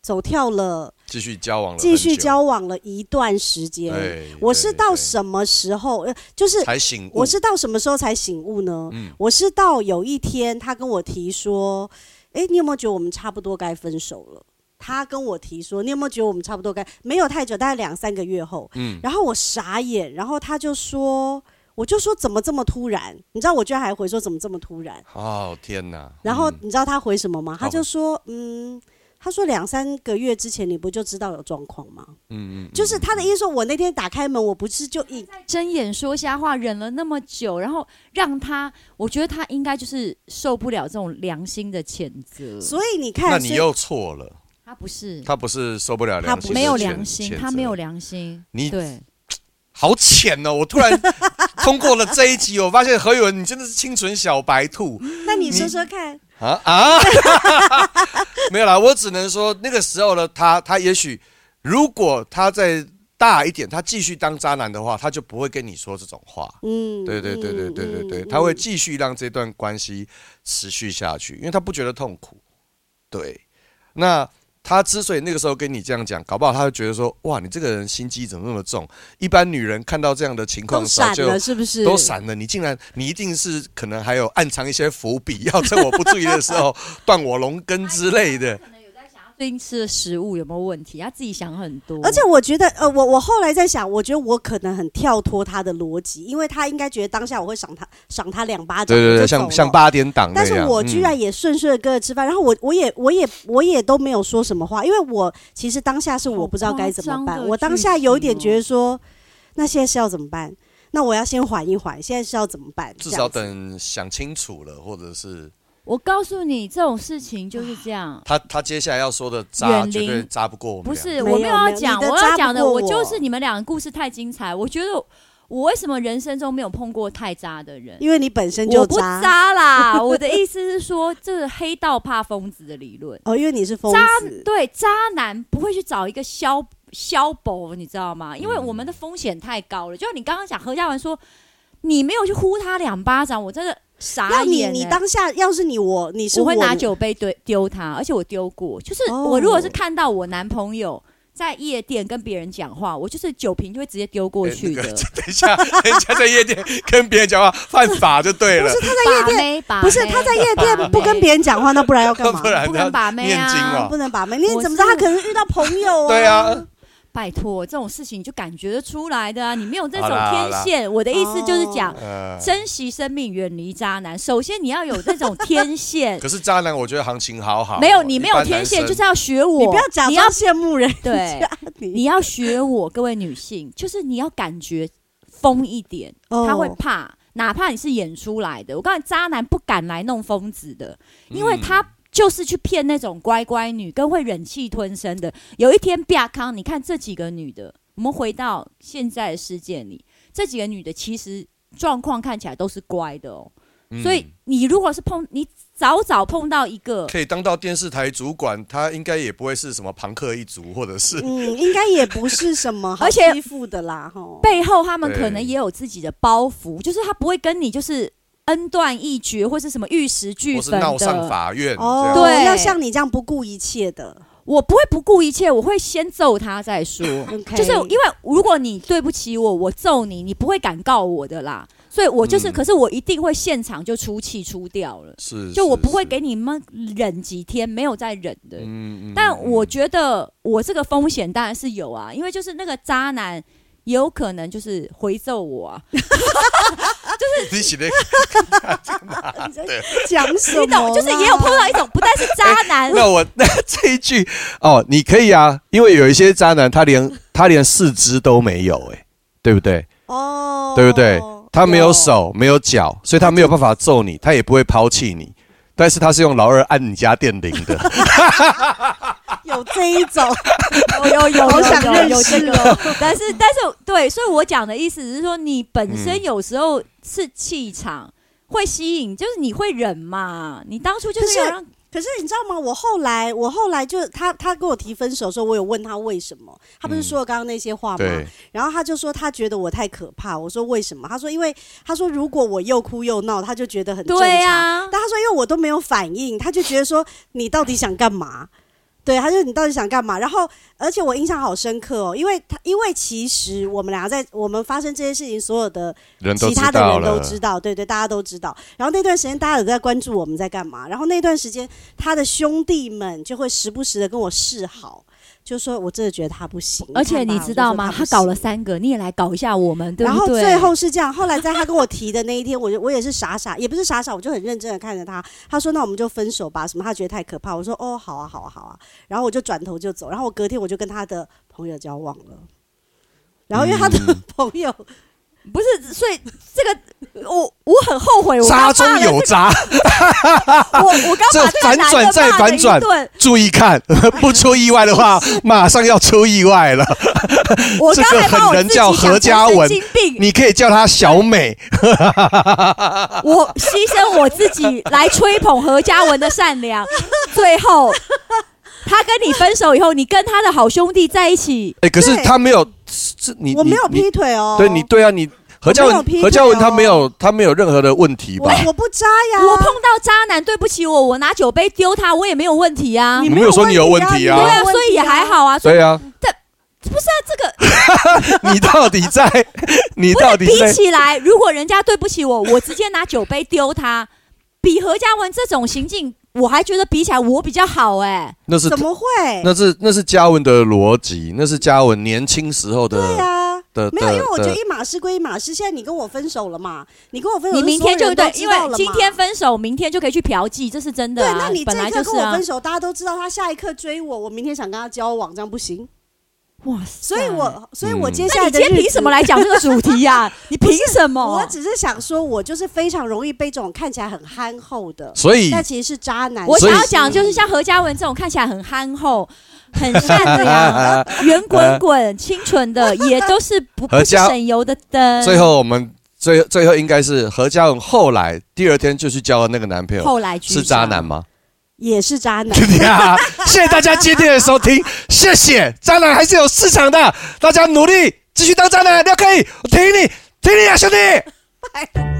S3: 走跳了，
S4: 继续交往了很久，
S3: 继续交往了一段时间。
S4: 对。
S3: 我是
S4: 对
S3: 到
S4: 对
S3: 什么时候？呃，就是
S4: 才醒悟？
S3: 我是到什么时候才醒悟呢？
S4: 嗯
S3: 我是到有一天他跟我提说，诶，你有没有觉得我们差不多该分手了？他跟我提说，你有没有觉得我们差不多该？没有太久，大概两三个月后，
S4: 嗯
S3: 然后我傻眼，然后他就说，我就说怎么这么突然？你知道，我居然还回说怎么这么突然？
S4: 哦天哪！
S3: 然后
S4: 嗯
S3: 你知道他回什么吗？
S4: 他
S3: 他
S4: 回
S3: 就说，嗯，他说两三个月之前你不就知道有状况吗？
S4: 嗯嗯，
S3: 就是他的意思说，我那天打开门，我不是就一
S5: 睁眼说瞎话，忍了那么久，然后让他，我觉得他应该就是受不了这种良心的谴责。
S3: 所以你看，
S4: 那
S3: 所
S4: 你
S3: 以
S4: 又错了。
S5: 他不是，
S4: 他不是受不了
S3: 他
S4: 良
S3: 不
S4: 心，
S5: 没有
S4: 是谴
S5: 良心，他没有，良心。
S4: 你
S5: 对，
S4: 好浅哦！我突然通过了这一集，我发现何宇文，你真的是清纯小白兔
S3: 那你说说看，
S4: 啊啊！ 没有啦，我只能说那个时候呢，他他也许如果他再大一点，他继续当渣男的话，他就不会跟你说这种话。
S3: 嗯，
S4: 对对对对对对对，
S3: 嗯
S4: 他会
S3: 嗯
S4: 继续让这段关系持续下去，因为他不觉得痛苦。对，那他之所以那个时候跟你这样讲，搞不好他会觉得说：“哇，你这个人心机怎么那么重？一般女人看到这样的情况
S3: 都
S4: 的时候
S3: 闪
S4: 就
S3: 了，是不是？
S4: 都。闪了，你竟然你一定是可能还有暗藏一些伏笔，要趁我不注意的时 候断我龙根之类的。”
S5: 最近吃的食物有没有问题？他自己想很多，
S3: 而且我觉得，呃，我我后来在想，我觉得我可能很跳脱他的逻辑，因为他应该觉得当下我会赏他赏他两巴掌，
S4: 对对
S3: 我
S4: 对，
S3: 就走
S4: 像
S3: 了
S4: 像。八点档那
S3: 但
S4: 样。
S3: 是我居然
S4: 嗯
S3: 也顺顺的跟着吃饭，然后我我也我也我也都没有说什么话，因为我其实当下是我不知道该怎么
S5: 好夸张
S3: 办，
S5: 的
S3: 我当下有一点
S5: 剧情哦
S3: 觉得说，那现在是要怎么办？那我要先缓一缓，现在是要怎么办？
S4: 至
S3: 这
S4: 少
S3: 样子
S4: 等想清楚了，或者是
S5: 我告诉你，这种事情就是这样。
S4: 他他接下来要说的
S5: 远
S4: 渣
S5: 离
S4: 绝对渣 不过我们
S5: 不
S4: 俩。
S5: 是，
S3: 没
S5: 我没
S3: 有
S5: 有
S3: 没
S5: 要
S3: 有
S5: 讲，
S3: 你的
S5: 我
S3: 渣不
S5: 要讲的，
S3: 过
S5: 我就
S3: 我
S5: 是你们俩的故事太精彩。我觉得我为什么人生中没有碰过太渣的人？
S3: 因为你本身
S5: 我
S3: 就
S5: 不渣啦，我的意思是说，这个黑道怕疯子的理论，
S3: 哦，因为你是疯
S5: 渣
S3: 子，
S5: 对渣男不会去找一个消消博，你知道
S3: 嗯
S5: 吗？因为我们的风险太高了。就像你刚刚讲何嘉文说，你没有去呼他两巴掌，我真的
S3: 要
S5: 傻
S3: 你
S5: 眼、欸。
S3: 你当下要是你我你是
S5: 我会拿
S3: 你
S5: 酒杯对丢他，而且我丢过，就是
S3: 哦
S5: 我如果是看到我男朋友。在夜店跟别人讲话，我就是酒瓶就会直接丢过 去的，
S4: 等一下，人家在夜店跟别人讲话犯法就对了，
S5: 把妹把
S3: 不是
S5: 妹
S3: 他在夜
S5: 把妹
S3: 店不跟别人讲话，那不然要 干嘛
S4: 不？然
S5: 不能把妹
S4: 念经
S5: 啊
S4: 哦，
S3: 不能把妹，你
S5: 我
S3: 怎么知道他
S5: 是
S3: 可能遇到朋友啊？
S4: 对啊，
S5: 拜托，这种事情你就感觉得出来的啊！你没有这种
S4: 好啦
S5: 天线，我的意思就是
S3: 哦
S5: 讲，
S4: 呃，
S5: 珍惜生命，远离渣男。首先你要有这种天 线
S4: 可，是渣男，我觉得行情好好哦，
S5: 没有你没有
S4: 一般
S5: 天
S4: 男
S5: 线，
S4: 生
S5: 就是要学我，
S3: 你不要假
S5: 啊你要
S3: 装羡慕 人
S5: 对
S3: 家，
S5: 你要学我，各位女性，就是你要感觉疯一点，
S3: 哦
S5: 他会怕，哪怕你是演出来的。我告诉你，渣男不敢来弄疯子的，因为
S4: 嗯
S5: 他就是去骗那种乖乖女跟会忍气吞声的。有一天，亚康，你看这几个女的，我们回到现在的事件里，这几个女的其实状况看起来都是乖的哦。
S4: 嗯
S5: 所以你如果是碰你早早碰到一个，
S4: 可以当到电视台主管，他应该也不会是什么朋克一族，或者是
S3: 嗯，应该也不是什么好
S5: 而且
S3: 欺负的啦，吼。
S5: 背后他们可能
S4: 对
S5: 也有自己的包袱，就是他不会跟你就是恩断义绝，或是什么玉石俱
S4: 或是
S5: 焚
S4: 闹上
S5: 的。
S4: 法院
S3: 哦，
S4: 这样
S5: 对
S3: 要像你这样不顾一切的，
S5: 我不会不顾一切，我会先揍他 再说。
S3: OK
S5: 就是因为如果你对不起我，我揍你，你不会敢告我的啦。所以我就是，
S4: 嗯
S5: 可是我一定会现场就出气出掉了，
S4: 是
S5: 就我
S4: 是
S5: 不会
S4: 是
S5: 给你们忍几天，没有再忍的。
S4: 嗯嗯
S5: 但我
S4: 嗯
S5: 觉得我这个风险当然是有啊，因为就是那个渣男也有可能就是回揍我啊，
S4: 你写 的
S3: 讲什么？
S5: 你懂？就是也有碰。到一种不但是
S3: 哎
S5: 渣男，
S4: 那我 那这一句哦，你可以啊，因为有一些渣男他连他连四肢都没有、哎，对不对？
S3: 哦，
S4: 对不对？他没有，手，没有脚，所以他没有办法揍你，他也不会抛弃你，但是他是用老二按你家电铃 的。
S3: 有这一种，
S5: 有有有
S3: 好
S5: 有
S3: 想
S5: 有
S3: 认
S5: 有
S3: 识
S5: 这个，但是但是对，所以我讲的意思只是说，你本
S4: 嗯
S5: 身有时候是气场。会吸引，就是你会忍嘛？你当初就是要
S3: 可是
S5: 让
S3: 可是你知道吗？我后来，我后来就他他跟我提分手的时候，我有问他为什么，他不是说了刚刚那些话吗？
S4: 嗯对，
S3: 然后他就说他觉得我太可怕。我说为什么？他说因为他说如果我又哭又闹，他就觉得很正常。
S5: 对啊呀、
S3: 但他说因为我都没有反应，他就觉得说你到底想干嘛？对，他就你到底想干嘛？然后，而且我印象好深刻哦，因为他因为其实我们俩在我们发生这些事情，所有的
S4: 人都
S3: 其
S4: 知
S3: 他的
S4: 道
S3: 人
S4: 了
S3: 都，知道，对对，大家都知道。然后那段时间大家有在关注我们在干嘛，然后那段时间他的兄弟们就会时不时的跟我示好，就说我真的觉得他不行。
S5: 而且
S3: 看吧
S5: 你知道吗？他
S3: 我
S5: 搞。
S3: 就说不
S5: 了
S3: 行
S5: 三个，你也来搞一下我们，对
S3: 然
S5: 不
S3: 后
S5: 对？
S3: 最后是这样，后来在他跟我提的那一天，我就我也是傻傻，也不是傻傻，我就很认真的看着他。他说：“那我们就分手吧。”什么？他觉得太可怕。我说：“哦，好啊，好啊，好啊。”然后我就转头就走。然后我隔天我就跟他的朋友交往了。然后因为他的
S4: 嗯
S3: 朋友，
S5: 不是，所以这个我我很后
S3: 哎
S5: 悔，我
S4: 渣
S5: 刚
S4: 中
S5: 骂了
S4: 有渣，
S5: 这个，我我刚把
S4: 这
S5: 个
S4: 反
S5: 男
S4: 转
S5: 的
S4: 再
S5: 骂
S4: 反
S5: 了一
S4: 转
S5: 顿，
S4: 注意看， 不出意外 的话，马上要出意外了。
S5: 我刚
S4: 这个
S5: 才把
S4: 狠
S5: 我
S4: 人
S5: 自己
S4: 叫
S5: 讲
S4: 何
S5: 成
S4: 嘉文
S5: 神经病，
S4: 你可以叫她小 美，
S5: 我牺牲我自己来吹捧何嘉文的善 良，最后。他跟你分手以后，你跟他的好兄弟在一起，
S4: 哎，可是
S3: 对
S4: 她没有，是你
S3: 我没有
S4: 你
S3: 劈腿哦。
S4: 对你对啊，你何嘉
S3: 我没有
S4: 文
S3: 劈
S4: 何嘉文
S3: 腿哦
S4: 他没有他没有任何的问题吧？
S3: 我我不渣
S4: 啊
S3: 呀。
S5: 我碰到渣男，对不起我，我拿酒杯丢他，我也没有问题啊。
S4: 你没有说你有问题
S3: 题
S4: 啊
S5: 对
S4: 没
S5: 啊，所以也还。好啊。所以
S4: 对啊，
S5: 不是啊，这 个
S4: 你到底 在？你到底
S5: 比
S4: 在？
S5: 起来，如果人家对不起我，我直接拿酒杯丢他，比何嘉文这种行径，我还觉得比起来我比较好哎、
S4: 那是啊
S3: 怎么会？
S4: 那是那是嘉文的逻辑，那是嘉文年轻时候的
S3: 对啊。
S4: 的
S3: 没有，因为我觉
S4: 的
S3: 得
S4: 的
S3: 一码事归一码事。现在你跟我分手了嘛？你跟我分手，
S5: 你明天就
S3: 所有人都
S5: 对，
S3: 知
S5: 因为
S3: 道了嘛
S5: 今天分手，明天就可以去嫖妓，这是真的、
S3: 对，
S5: 啊。
S3: 那你这
S5: 本来
S3: 一
S5: 就
S3: 刻
S5: 是
S3: 跟我
S5: 啊
S3: 分。手，大家都知道，他下一刻追我，我明天想跟他交往，这样不行。
S5: 哇塞
S3: 所以我，所以我
S4: 嗯
S3: 接下
S5: 那
S3: 来
S5: 你
S3: 的
S5: 今天
S3: 日
S5: 凭
S3: 子
S5: 什么？来哦讲这个主 题呀、你凭什么
S3: 我？只是想说，我就是非常容易被这种看起来很憨厚的，
S4: 所以
S3: 但其实是渣男。
S5: 我
S4: 所
S5: 想
S4: 以
S5: 要讲就是像何嘉文这种看起来很憨厚、 很善 良、圆滚滚、清纯的，也都是不不
S4: 何
S5: 是
S4: 嘉
S5: 省油的灯。
S4: 最后我们最最后应该是何嘉文后来第二天就去交了那个男朋友，
S5: 后来居
S4: 是
S5: 上
S4: 渣男吗？
S3: 也是渣男。
S4: 呀，谢谢大家今天的收听，谢谢渣男还是有市场的，大家努力继续当渣男，要可以，我挺你，挺你啊，兄弟。
S3: 拜拜